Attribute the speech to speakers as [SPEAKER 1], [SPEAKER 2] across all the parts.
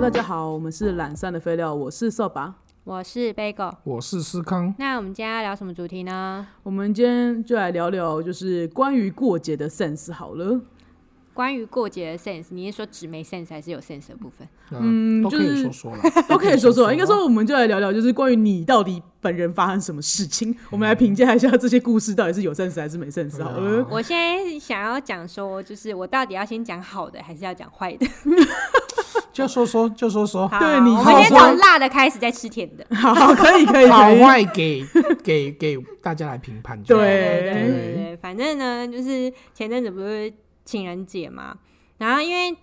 [SPEAKER 1] 大家好，我们是懒散的废料，我是扫把。
[SPEAKER 2] 我是 Bagel。
[SPEAKER 3] 我是思康，
[SPEAKER 2] 那我们今天要聊什么主题呢？
[SPEAKER 1] 我们今天就来聊聊，就是关于过节的 sense 好 了。
[SPEAKER 2] 关于过节的 sense，你是说只没 sense 还是有 sense 的部分？
[SPEAKER 1] 嗯
[SPEAKER 3] 嗯，都可
[SPEAKER 1] 就是
[SPEAKER 3] 以说说了，
[SPEAKER 1] 都可以说说，应该
[SPEAKER 3] 啦
[SPEAKER 1] 说我们就来聊聊，就是关于你到底本人发生什么事情，我们来评价一下这些故事到底是有 sense 还是没
[SPEAKER 3] 啊
[SPEAKER 1] sense 好了。
[SPEAKER 2] 我现在想要讲说，就是我到底要先讲好的，还是要讲坏的？
[SPEAKER 3] 就说说就说说，
[SPEAKER 2] 好，
[SPEAKER 1] 对你
[SPEAKER 2] 我们先
[SPEAKER 3] 好
[SPEAKER 2] 从辣的开始，再吃甜的。
[SPEAKER 1] 好，可以可以
[SPEAKER 3] 好
[SPEAKER 1] 可以，
[SPEAKER 3] 坏给 给给大家来评判就好，
[SPEAKER 1] 对
[SPEAKER 2] 对对对对，反正呢，就是前阵子不是情人节嘛，然后因为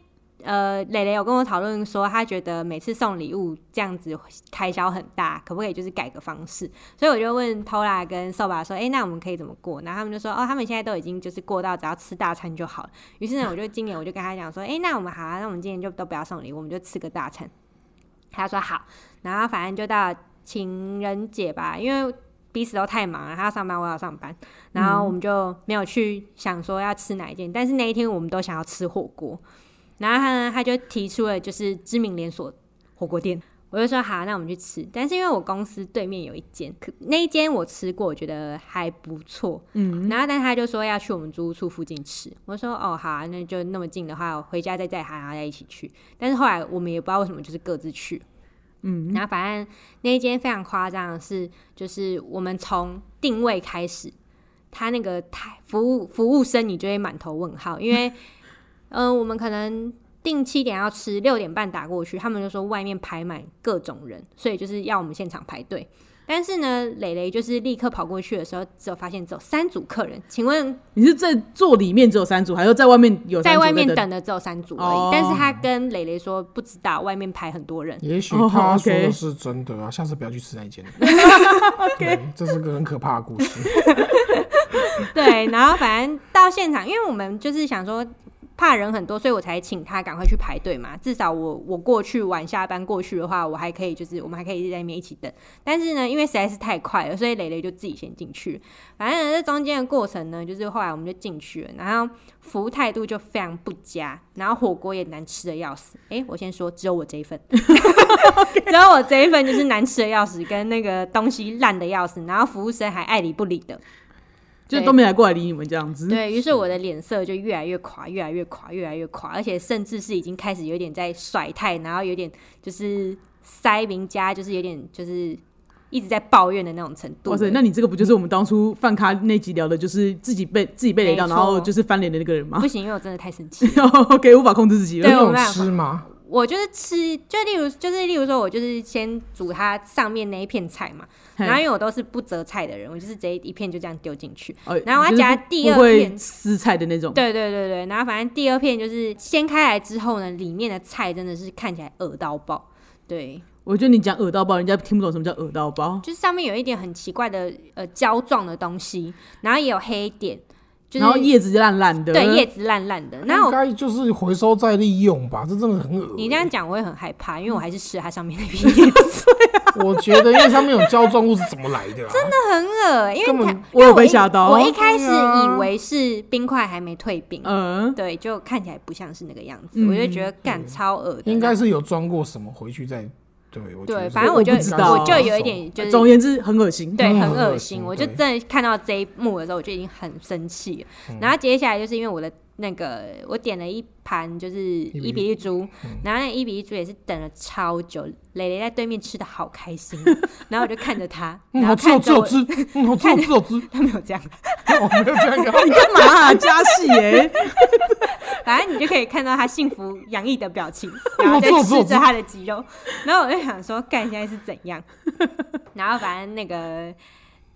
[SPEAKER 2] 呃，蕾蕾有跟我讨论说，她觉得每次送礼物这样子开销很大，可不可以就是改个方式？所以我就问 Pola 跟扫把说，哎、那我们可以怎么过？然后他们就说，哦，他们现在都已经就是过到只要吃大餐就好了。于是呢，我就今年我就跟他讲说，哎、那我们好、啊，那我们今年就都不要送礼物，我们就吃个大餐。他说好，然后反正就到情人节吧，因为彼此都太忙了，他要上班，我也要上班，然后我们就没有去想说要吃哪一件，但是那一天我们都想要吃火锅，然后他呢他就提出了就是知名连锁火锅店。我就说好，那我们去吃。但是因为我公司对面有一间，可那一间我吃过，我觉得还不错。嗯，然后但他就说要去我们租屋处附近吃。我说哦好啊、那就那么近的话，回家再载他，然后再一起去。但是后来我们也不知道为什么，就是各自去。嗯，然后反正那一间非常夸张的是，就是我们从定位开始，他那个台服务服务生你就会满头问号，因为 嗯、呃我们可能定七点要吃，六点半打过去，他们就说外面排满各种人，所以就是要我们现场排队。但是呢，磊磊就是立刻跑过去的时候，只有发现只有三组客人。请问
[SPEAKER 1] 你是在座里面只有三组，还是在外面有三
[SPEAKER 2] 在
[SPEAKER 1] 组
[SPEAKER 2] 外面
[SPEAKER 1] 等？
[SPEAKER 2] 等的只有三组而已，
[SPEAKER 1] 哦
[SPEAKER 2] 但是他跟磊磊说不知道外面排很多人，
[SPEAKER 3] 也许
[SPEAKER 1] 哦
[SPEAKER 3] 他
[SPEAKER 1] ，OK
[SPEAKER 3] 说的是真的啊，下次不要去吃那一间。对，这是个很可怕的故事。
[SPEAKER 2] 对，然后反正到现场，因为我们就是想说怕人很多，所以我才请他赶快去排队嘛。至少我我过去晚下班过去的话，我还可以就是我们还可以在那边一起等。但是呢，因为实在是太快了，所以蕾蕾就自己先进去了。反正呢这中间的过程呢，就是后来我们就进去了，然后服务态度就非常不佳，然后火锅也难吃的要死。诶，我先说，只有我这一份，只有我这一份就是难吃的要死，跟那个东西烂的要死，然后服务生还爱理不理的。
[SPEAKER 1] 就都没来过来理你们这样子。
[SPEAKER 2] 对于是
[SPEAKER 1] 嗯
[SPEAKER 2] 我的脸色就越来越垮，越来越垮，越来越垮，而且甚至是已经开始有点在甩态，然后有点就是塞名家，就是有点就是一直在抱怨的那种程度了。
[SPEAKER 1] 哇塞，那你这个不就是我们当初饭咖那集聊的，就是自己被自己被雷到，
[SPEAKER 2] 没
[SPEAKER 1] 然
[SPEAKER 2] 错
[SPEAKER 1] 后就是翻脸的那个人吗
[SPEAKER 2] 不行，因为我真的太生气了。
[SPEAKER 1] ？OK，无法控制自己
[SPEAKER 2] 对
[SPEAKER 1] 了。
[SPEAKER 3] 你
[SPEAKER 2] 我
[SPEAKER 3] 有
[SPEAKER 2] 没办法
[SPEAKER 3] 吃吗？
[SPEAKER 2] 我就是吃，就例如就是例如说，我就是先煮它上面那一片菜嘛，
[SPEAKER 1] 嘿
[SPEAKER 2] 然后因为我都是不择菜的人，我就是直接一片就这样丢进去。
[SPEAKER 1] 哦
[SPEAKER 2] 然后我要
[SPEAKER 1] 就是
[SPEAKER 2] 夹
[SPEAKER 1] 不
[SPEAKER 2] 第二
[SPEAKER 1] 不会
[SPEAKER 2] 片
[SPEAKER 1] 撕菜的那种。
[SPEAKER 2] 对对对对，然后反正第二片就是掀开来之后呢，里面的菜真的是看起来恶到爆。对，
[SPEAKER 1] 我觉得你讲耳道包，人家听不懂什么叫耳道包，
[SPEAKER 2] 就是上面有一点很奇怪的呃胶状的东西，然后也有黑点，就是
[SPEAKER 1] 然后叶子就烂烂的。
[SPEAKER 2] 对叶子烂烂的。然后
[SPEAKER 3] 应
[SPEAKER 2] 我
[SPEAKER 3] 该就是回收再利用吧，这真的很恶
[SPEAKER 2] 你
[SPEAKER 3] 心。
[SPEAKER 2] 这样讲我会很害怕，因
[SPEAKER 1] 嗯
[SPEAKER 2] 为我还是吃它上面那片叶 子，
[SPEAKER 3] 我觉得，因为上面有胶状物是怎么来的啊？真的
[SPEAKER 2] 很恶，因为
[SPEAKER 3] 根本
[SPEAKER 2] 它
[SPEAKER 1] 我
[SPEAKER 2] 因为
[SPEAKER 1] 有被
[SPEAKER 2] 一
[SPEAKER 1] 吓到
[SPEAKER 2] 我一开始以为是冰块还没退冰，
[SPEAKER 1] 嗯，
[SPEAKER 2] 对，就看起来不像是那个样子，
[SPEAKER 1] 嗯
[SPEAKER 2] 我就觉得干超恶的。
[SPEAKER 3] 应该是有装过什么回去再对，我觉
[SPEAKER 2] 对，
[SPEAKER 3] 得
[SPEAKER 2] 反正
[SPEAKER 1] 我
[SPEAKER 2] 就
[SPEAKER 1] 不知道
[SPEAKER 3] 啊
[SPEAKER 2] 我就有一点就是
[SPEAKER 1] 总而言之很恶心。
[SPEAKER 2] 对，
[SPEAKER 3] 嗯
[SPEAKER 2] 很
[SPEAKER 3] 很
[SPEAKER 2] 恶
[SPEAKER 3] 恶
[SPEAKER 2] 心。
[SPEAKER 3] 心
[SPEAKER 2] 我就
[SPEAKER 3] 对
[SPEAKER 2] 真的看到这一幕的时候，我就已经很生气了。然后接下来就是因为我的那个，我点了一盘就是一嗯比一猪，然后那一比一猪也是等了超久，蕾蕾在对面吃的好开 心哦，然后我就看着他，
[SPEAKER 3] 嗯，
[SPEAKER 2] 然后
[SPEAKER 3] 好吃，好
[SPEAKER 2] 看
[SPEAKER 3] 吃，
[SPEAKER 2] 着
[SPEAKER 3] 好
[SPEAKER 2] 我，
[SPEAKER 3] 吃，嗯，好吃，好吃，好吃。
[SPEAKER 2] 他没有这样，
[SPEAKER 3] 我没有这样搞。
[SPEAKER 1] 你 干嘛啊加戏耶？
[SPEAKER 2] 反正你就可以看到他幸福洋溢的表 情，
[SPEAKER 3] 我
[SPEAKER 2] 然后再
[SPEAKER 3] 知道我知
[SPEAKER 2] 吃
[SPEAKER 3] 道我知
[SPEAKER 2] 着
[SPEAKER 3] 道
[SPEAKER 2] 他的肌肉，然后我就想说，干现在是怎样？然后反正那个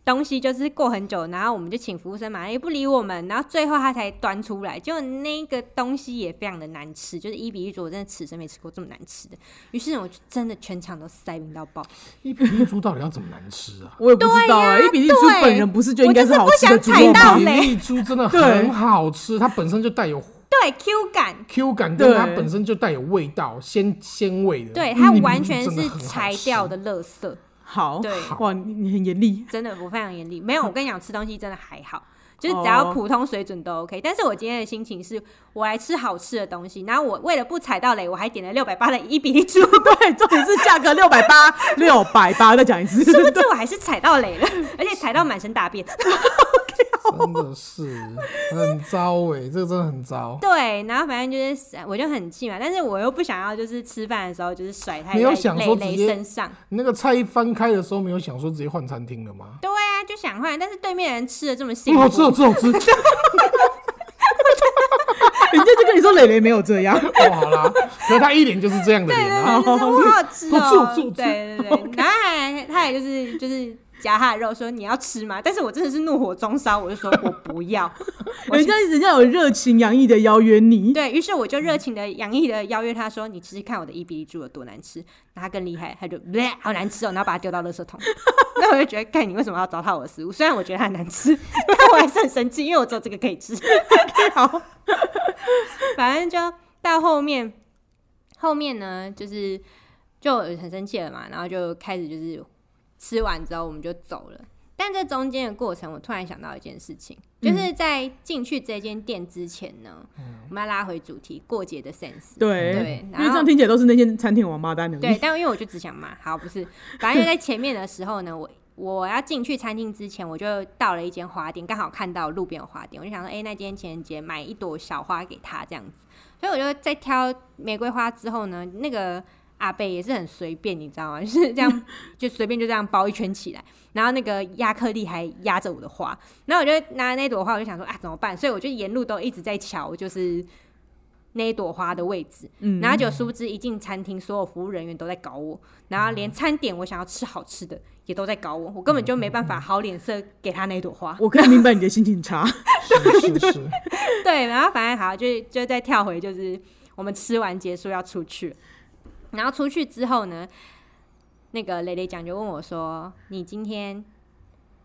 [SPEAKER 2] 东西就是过很久，然后我们就请服务生嘛，也不理我们，然后最后他才端出来，结果那个东西也非常的难吃，就是一比一组，我真的此生没吃过这么难吃的。于是我就真的全场都塞冰到爆，
[SPEAKER 3] 一比一猪到底要怎么难吃啊？
[SPEAKER 1] 我也不知道啊。
[SPEAKER 2] 对呀
[SPEAKER 1] 一比一猪
[SPEAKER 2] 对
[SPEAKER 1] 本人不是就应该好吃的
[SPEAKER 2] 我就
[SPEAKER 1] 猪
[SPEAKER 2] 是不想
[SPEAKER 1] 肉
[SPEAKER 2] 踩到
[SPEAKER 1] 吗
[SPEAKER 2] 你？
[SPEAKER 3] 一比一猪真的很好吃，它本身就带有
[SPEAKER 2] 对 Q 感，
[SPEAKER 3] Q 感，
[SPEAKER 1] 对
[SPEAKER 3] 跟它本身就带有味道，鲜鲜味的。
[SPEAKER 2] 对
[SPEAKER 3] 嗯
[SPEAKER 2] 它
[SPEAKER 3] 一比一猪
[SPEAKER 2] 完全
[SPEAKER 3] 真的
[SPEAKER 2] 是
[SPEAKER 3] 很好
[SPEAKER 2] 裁
[SPEAKER 3] 吃
[SPEAKER 2] 掉
[SPEAKER 3] 哦
[SPEAKER 2] 的垃圾，
[SPEAKER 1] 好，
[SPEAKER 2] 对
[SPEAKER 1] 哇，你你很严厉。
[SPEAKER 2] 真的我非常严厉。没有，我跟你讲，吃东西真的还好，就是只要
[SPEAKER 1] 哦
[SPEAKER 2] 普通水准都 OK。但是我今天的心情是我来吃好吃的东西，然后我为了不踩到雷，我还点了六百八的一比一猪，
[SPEAKER 1] 对，重点是价格六百八，六百八，再讲一次，
[SPEAKER 2] 这我还是踩到 雷了，而且踩到满身大便。
[SPEAKER 3] 真的是很糟哎、这个真的很糟。
[SPEAKER 2] 对，然后反正就是我就很气嘛，但是我又不想要就是吃饭的时候就是甩太
[SPEAKER 3] 没
[SPEAKER 2] 在
[SPEAKER 3] 有想
[SPEAKER 2] 蕾
[SPEAKER 3] 说
[SPEAKER 2] 蕾
[SPEAKER 3] 直接
[SPEAKER 2] 身上。
[SPEAKER 3] 你那个菜一翻开的时候，没有想说直接换餐厅了吗？
[SPEAKER 2] 对啊，就想换，但是对面的人吃的这么幸
[SPEAKER 3] 嗯，
[SPEAKER 2] 福，
[SPEAKER 3] 好吃，好吃，好吃！
[SPEAKER 1] 人家就跟你说磊磊没有这样，
[SPEAKER 3] 哦，好啦，可是他一脸就是这样的
[SPEAKER 2] 对
[SPEAKER 3] 脸啊。
[SPEAKER 2] 对对，就是哇好吃
[SPEAKER 3] 好吃好
[SPEAKER 2] 哦
[SPEAKER 3] 吃好，吃
[SPEAKER 2] 对对对，然后他还他也就是就是夹他的肉说你要吃吗？但是我真的是怒火中烧，我就说我不要，我
[SPEAKER 1] 人家人家有热情洋溢的邀约你，
[SPEAKER 2] 对于是我就热情的洋溢的邀约他说你吃吃看我的伊比利猪有多难吃，然后他更厉害，他就好难吃哦，然后把它丢到垃圾桶， 那我就觉得干你为什么要糟蹋我的食物？虽然我觉得它很难吃， 但我还是很生气，因为我只有这个可以吃。
[SPEAKER 1] 好，
[SPEAKER 2] 反正就到后面，后面呢，就是就很生气了嘛，然后就开始就是吃完之后我们就走了。但这中间的过程，我突然想到一件事情，
[SPEAKER 1] 嗯
[SPEAKER 2] 就是在进去这间店之前呢，我们要拉回主题，过节的 sense。
[SPEAKER 1] 对，
[SPEAKER 2] 对，
[SPEAKER 1] 因为
[SPEAKER 2] 然
[SPEAKER 1] 这
[SPEAKER 2] 后
[SPEAKER 1] 样听起来都是那些餐厅王八蛋的，
[SPEAKER 2] 对，但因为我就只想骂，好不是，反正就在前面的时候呢，我我要进去餐厅之前，我就到了一间花店，刚好看到路边有花店，我就想说，哎、那今天情人节买一朵小花给他这样子，所以我就在挑玫瑰花之后呢，那个阿贝也是很随便，你知道吗？ 就是这样，就随便就这样包一圈起来，然后那个亚克力还压着我的花，然后我就拿那朵花，我就想说啊怎么办？所以我就沿路都一直在瞧，就是。那一朵花的位置，
[SPEAKER 1] 嗯
[SPEAKER 2] 然后就殊不知一进餐厅，所有服务人员都在搞我，然后连餐点我想要吃好吃的也都在搞我，我根本就没办法好脸色给他那朵花。
[SPEAKER 1] 我可以明白你的心情差，
[SPEAKER 3] 是是 是，
[SPEAKER 1] 嗯
[SPEAKER 2] 对，然后反正好，就就再跳回，就是我们吃完结束要出去，然后出去之后呢，那个蕾蕾讲就问我说：“你今天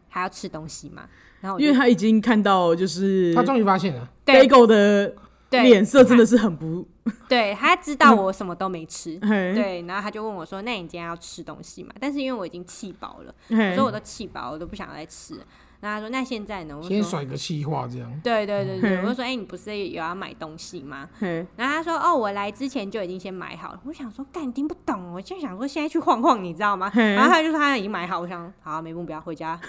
[SPEAKER 2] 还要吃东西吗？”然后我
[SPEAKER 1] 因为
[SPEAKER 2] 就
[SPEAKER 1] 他已经看到就是
[SPEAKER 3] 他终于发现了，
[SPEAKER 2] 哦对
[SPEAKER 1] Bagel 的
[SPEAKER 2] 对
[SPEAKER 1] 脸色真的是很不，
[SPEAKER 2] 对，他知道我什么都没 吃。
[SPEAKER 1] 嘿，
[SPEAKER 2] 对，然后他就问我说：“那你今天要吃东西吗？”但是因为我已经气饱了，我
[SPEAKER 1] 嘿
[SPEAKER 2] 说我都气饱，我都不想再吃了。然后他说：“那现在呢？”我
[SPEAKER 3] 先
[SPEAKER 2] 说
[SPEAKER 3] 甩个气话这样：“。
[SPEAKER 2] 对对对对。”我
[SPEAKER 1] 嗯
[SPEAKER 2] 就说：“哎、你不是有要买东西吗
[SPEAKER 1] 嘿，？”
[SPEAKER 2] 然后他说：“哦，我来之前就已经先买好了。”我想说：“干，你听不懂哦。”我就想说现在去晃晃，你知道吗？
[SPEAKER 1] 嘿
[SPEAKER 2] 然后他就说他已经买好。我想：“好，没目标，回 家。啊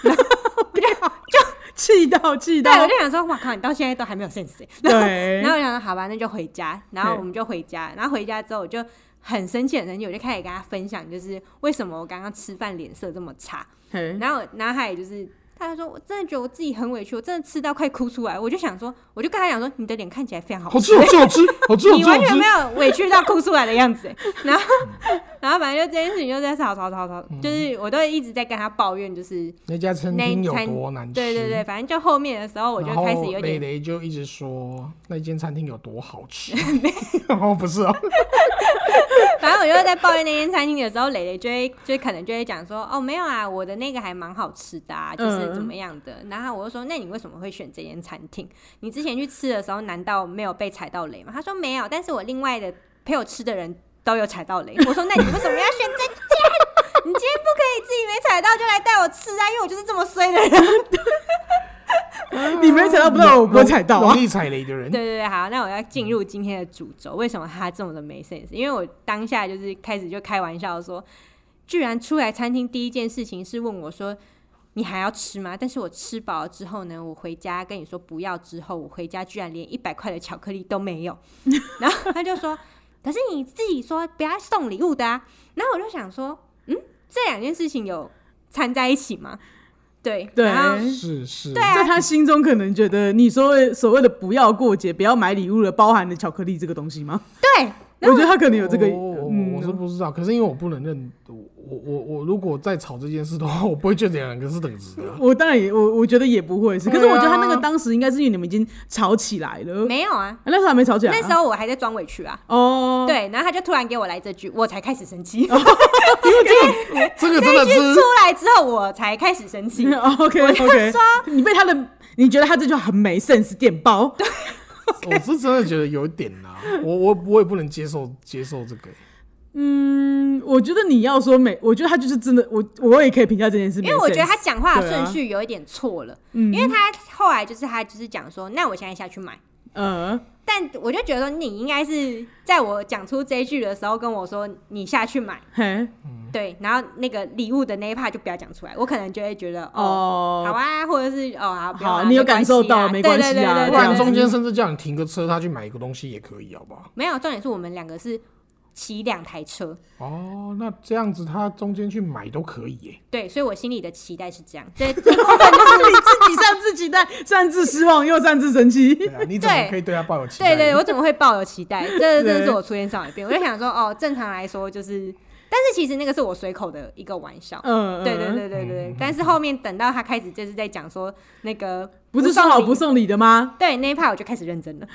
[SPEAKER 1] 气到气”
[SPEAKER 2] 对，
[SPEAKER 1] 到
[SPEAKER 2] 我，就想说：“哇靠，你到现在都还没有 sense 欸、
[SPEAKER 1] 对
[SPEAKER 2] 然，后我想说好吧，那就回家。然后
[SPEAKER 1] 对
[SPEAKER 2] 我们就回家。然后回家之后，我就很生气，很生气，我就开始跟他分享，就是为什么我刚刚吃饭脸色这么差。
[SPEAKER 1] 嘿，
[SPEAKER 2] 然后我，然后他也就是，他就说我真的觉得我自己很委屈，我真的吃到快哭出来。我就想说，我就跟他讲说，你的脸看起来非常好
[SPEAKER 3] 好吃，好吃，好吃，好吃，好
[SPEAKER 2] 你
[SPEAKER 3] 吃，好
[SPEAKER 2] 完全
[SPEAKER 3] 吃
[SPEAKER 2] 没！有委屈到哭出来的样子欸。然后，
[SPEAKER 3] 嗯
[SPEAKER 2] 然后反正就这件事情就在吵吵吵吵，就是我都一直在跟他抱怨，就是
[SPEAKER 3] 那家餐厅有多难吃？
[SPEAKER 2] 对对对，反正就后面的时候我就
[SPEAKER 3] 嗯然后
[SPEAKER 2] 开始有点
[SPEAKER 3] 蕾蕾就一直说那间餐厅有多好吃。 哦，不是哦，
[SPEAKER 2] 反正我就在抱怨那间餐厅的时候，蕾蕾就会 就可能就会讲说，哦，没有啊，我的那个还蛮好吃的啊，就是怎么样的。然后我就说，那你为什么会选这间餐厅？你之前去吃的时候，难道没有被踩到雷吗？他说没有，但是我另外的陪我吃的人都有踩到雷。 我说，那你为什么要选这间？你今天不可以自己没踩到就来带我吃啊，因为我就是这么衰的人。
[SPEAKER 1] 你没踩到，不知道我不会踩到啊
[SPEAKER 3] 容，易踩雷的人。
[SPEAKER 2] 对对对，好，那我要进入今天的主轴，为什么他这么的没 sense？因为我当下就是开始就开玩笑说，居然出来餐厅第一件事情是问我说。你还要吃吗？但是我吃饱了之后呢，我回家跟你说不要之后，我回家居然连一百块的巧克力都 没有，然后他就说：“可是你自己说不要送礼物的啊。”然后我就想说：“嗯，这两件事情有掺在一起吗？”对，
[SPEAKER 1] 对
[SPEAKER 2] 然后
[SPEAKER 3] 是是，
[SPEAKER 2] 对啊
[SPEAKER 1] 在他心中可能觉得你说的所谓的不要过节、不要买礼物了，包含了巧克力这个东西吗？
[SPEAKER 2] 对，
[SPEAKER 1] 我觉得他可能有这个，
[SPEAKER 3] 哦我我是
[SPEAKER 1] 嗯，
[SPEAKER 3] 不知道，可是因为我不能认，我我我我如果再吵这件事的话， 我不会觉得两个是等值 的啊。
[SPEAKER 1] 我当然也我我觉得也不会是，可是
[SPEAKER 3] 对啊
[SPEAKER 1] 我觉得他那个当时应该是因为你们已经吵起来了，啊
[SPEAKER 2] 没有啊，
[SPEAKER 1] 那时候还没吵起来啊，
[SPEAKER 2] 那时候我还在装委屈啊。
[SPEAKER 1] 哦，
[SPEAKER 2] 对，然后他就突然给我来这句，我才开始生气。
[SPEAKER 3] 这个真的
[SPEAKER 2] 句出
[SPEAKER 3] 是
[SPEAKER 2] 来之后，我才开始生 气。
[SPEAKER 1] ，OK OK，你被他的，你觉得他这就很没 sense 电爆，
[SPEAKER 3] 我啊是真的觉得有一点呐、我我我也不能接受接受这个。
[SPEAKER 1] 嗯，我觉得你要说美，我觉得他就是真的，我我也可以评价这件事，
[SPEAKER 2] 因为我觉得他讲话的
[SPEAKER 1] 对啊
[SPEAKER 2] 顺序有一点错了，
[SPEAKER 1] 嗯，
[SPEAKER 2] 因为他后来就是他就是讲说，那我现在下去买，
[SPEAKER 1] 呃，
[SPEAKER 2] 但我就觉得你应该是在我讲出这一句的时候跟我说你下去买，
[SPEAKER 1] 嘿，
[SPEAKER 2] 对，然后那个礼物的那一 part 就不要讲出来，我可能就会觉得
[SPEAKER 1] 哦，
[SPEAKER 2] 哦。好啊，或者是哦，好，不要
[SPEAKER 1] 好
[SPEAKER 2] 啊
[SPEAKER 1] 你有
[SPEAKER 2] 没关
[SPEAKER 1] 感受
[SPEAKER 2] 系啊
[SPEAKER 1] 到没关系啊
[SPEAKER 2] 对对对对
[SPEAKER 1] 这
[SPEAKER 3] 不
[SPEAKER 2] 对
[SPEAKER 1] 样
[SPEAKER 3] 然
[SPEAKER 2] 对
[SPEAKER 1] 子
[SPEAKER 3] 中间甚至叫你停个车，他去买一个东西也可以，好不好？
[SPEAKER 2] 没有，重点是我们两个是骑两台车，
[SPEAKER 3] 哦，那这样子他中间去买都可以耶。
[SPEAKER 2] 对，所以我心里的期待是这样。 这
[SPEAKER 1] 你自己擅自期待，擅自失望，又擅自生气。
[SPEAKER 3] 对啊，你怎么
[SPEAKER 2] 对
[SPEAKER 3] 可以对他抱有期待？
[SPEAKER 2] 对对，我怎么会抱有期待？这真的是
[SPEAKER 1] 对
[SPEAKER 2] 我出现上海病。我就想说，哦，正常来说就是，但是其实那个是我随口的一个玩笑。
[SPEAKER 1] 嗯，
[SPEAKER 2] 对对
[SPEAKER 1] 嗯，
[SPEAKER 2] 对对对，但是后面等到他开始就是在讲说那个
[SPEAKER 1] 不是说好不
[SPEAKER 2] 送礼，
[SPEAKER 1] 送礼的 吗
[SPEAKER 2] 对那一 part 我就开始认真了，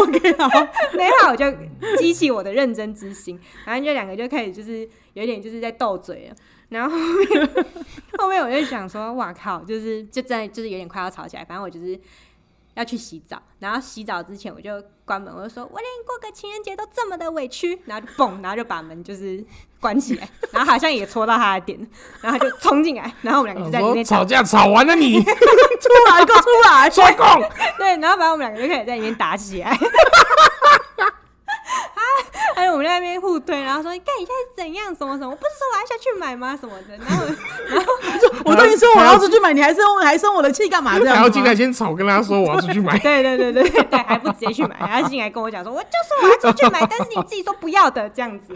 [SPEAKER 1] ？OK，好，
[SPEAKER 2] 那一 part 我就激起我的认真之心，然后就两个就开始就是有点就是在斗嘴了，然后后面后面我就想说，哇靠，就是就真的就是有点快要吵起来，反正我就是要去洗澡，然后洗澡之前我就关门，我就说我连过个情人节都这么的委屈，然后就蹦，然后就把门就是关起来，然后好像也戳到他的点，然后他就冲进来，然后我们两个就在里
[SPEAKER 3] 呃哦我
[SPEAKER 2] 面
[SPEAKER 3] 说
[SPEAKER 2] 打
[SPEAKER 3] 吵架吵完 了你，
[SPEAKER 1] 出来，给我出来！
[SPEAKER 3] 摔供。
[SPEAKER 2] 对，然后把我们两个就开始在里面打起来。啊！ 还有我们在那边互推，然后说：“你看你现在是怎样，什么什么？我不是说我要下去买吗？什么的。”然 后
[SPEAKER 1] 我都已经说我要出去买，你还生我还生我的气 干嘛？这样
[SPEAKER 3] 然
[SPEAKER 1] 子
[SPEAKER 3] 后
[SPEAKER 1] 吗
[SPEAKER 3] 进来先吵，跟他说我要出去买。
[SPEAKER 2] 对对对对对，还不直接去买，他进来跟我讲说：“我就说我要出去买，但是你自己说不要的这样 子。”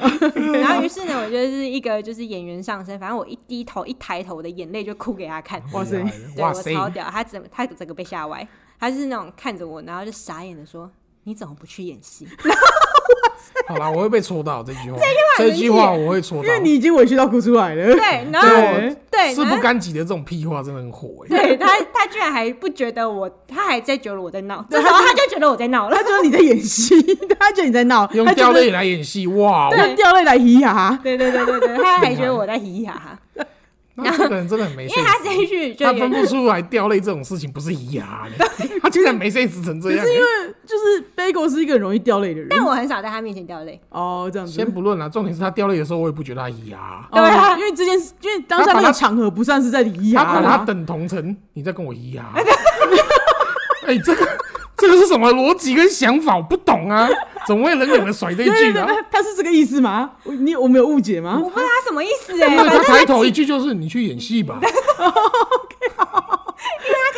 [SPEAKER 2] 然后于是呢，我就是一个就是演员上身，反正我一低头一抬头，我的眼泪就哭给他看。
[SPEAKER 1] 哇塞
[SPEAKER 2] 对
[SPEAKER 3] 哇
[SPEAKER 2] 我
[SPEAKER 3] 塞！
[SPEAKER 2] 超屌，他整他整个被吓歪，他就是那种看着我，然后就傻眼的说：“你怎么不去演戏？”
[SPEAKER 3] 好啦，我会被戳到这句话，
[SPEAKER 2] 这
[SPEAKER 3] 这
[SPEAKER 2] 句
[SPEAKER 3] 句
[SPEAKER 2] 话
[SPEAKER 3] 话
[SPEAKER 2] 很
[SPEAKER 3] 我会戳
[SPEAKER 1] 因，
[SPEAKER 3] 到
[SPEAKER 1] 为你已经委屈到哭出来 了。
[SPEAKER 2] 对，然
[SPEAKER 3] 对
[SPEAKER 2] 后
[SPEAKER 1] 对
[SPEAKER 3] 我
[SPEAKER 2] 啊对，
[SPEAKER 3] 吃
[SPEAKER 2] 然
[SPEAKER 3] 不
[SPEAKER 2] 后
[SPEAKER 3] 干己的这种屁话真的很火哎。
[SPEAKER 2] 对他，他居然还不觉得我，他还在觉得我在闹， 这时候他就觉得我在闹了。
[SPEAKER 1] 他觉得你在演戏， 他觉得你在闹，
[SPEAKER 3] 用
[SPEAKER 1] 他觉
[SPEAKER 3] 掉
[SPEAKER 1] 得
[SPEAKER 3] 泪来演戏，哇！我
[SPEAKER 1] 用掉泪来咿呀。
[SPEAKER 2] 对对对对对，他还觉得我在嘻嘻哈哈，
[SPEAKER 3] 那这个人真的很没
[SPEAKER 2] 因
[SPEAKER 3] sense，
[SPEAKER 2] 为他这一句就
[SPEAKER 3] 他
[SPEAKER 2] 有
[SPEAKER 3] 分不出来掉泪这种事情不是咿呀的，他竟然没 sense 成这样。
[SPEAKER 1] 就是 Bagel 是一个很容易掉泪的人。
[SPEAKER 2] 但我很少在他面前掉泪。
[SPEAKER 1] 哦，这样子
[SPEAKER 3] 先。不论啦，重点是他掉泪的时候，我也不觉得他咿呀，
[SPEAKER 1] 哦
[SPEAKER 2] 对啊
[SPEAKER 1] 因为这件事，因为当下那个场合不算是在啊你咿呀
[SPEAKER 3] 他把
[SPEAKER 1] 啦
[SPEAKER 3] 他等同成你在跟我咿呀。哎，这个这个是什么逻辑跟想法？我不懂啊，怎么会冷冷的甩这一
[SPEAKER 1] 对对
[SPEAKER 3] 句
[SPEAKER 1] 对
[SPEAKER 3] 呢？
[SPEAKER 1] 对，他是这个意思吗？我你我没有误解吗
[SPEAKER 2] 我？不知道他什么意思哎、
[SPEAKER 3] 那
[SPEAKER 2] 反
[SPEAKER 3] 他
[SPEAKER 2] 正
[SPEAKER 3] 开头一句就是你去演戏吧，
[SPEAKER 2] 他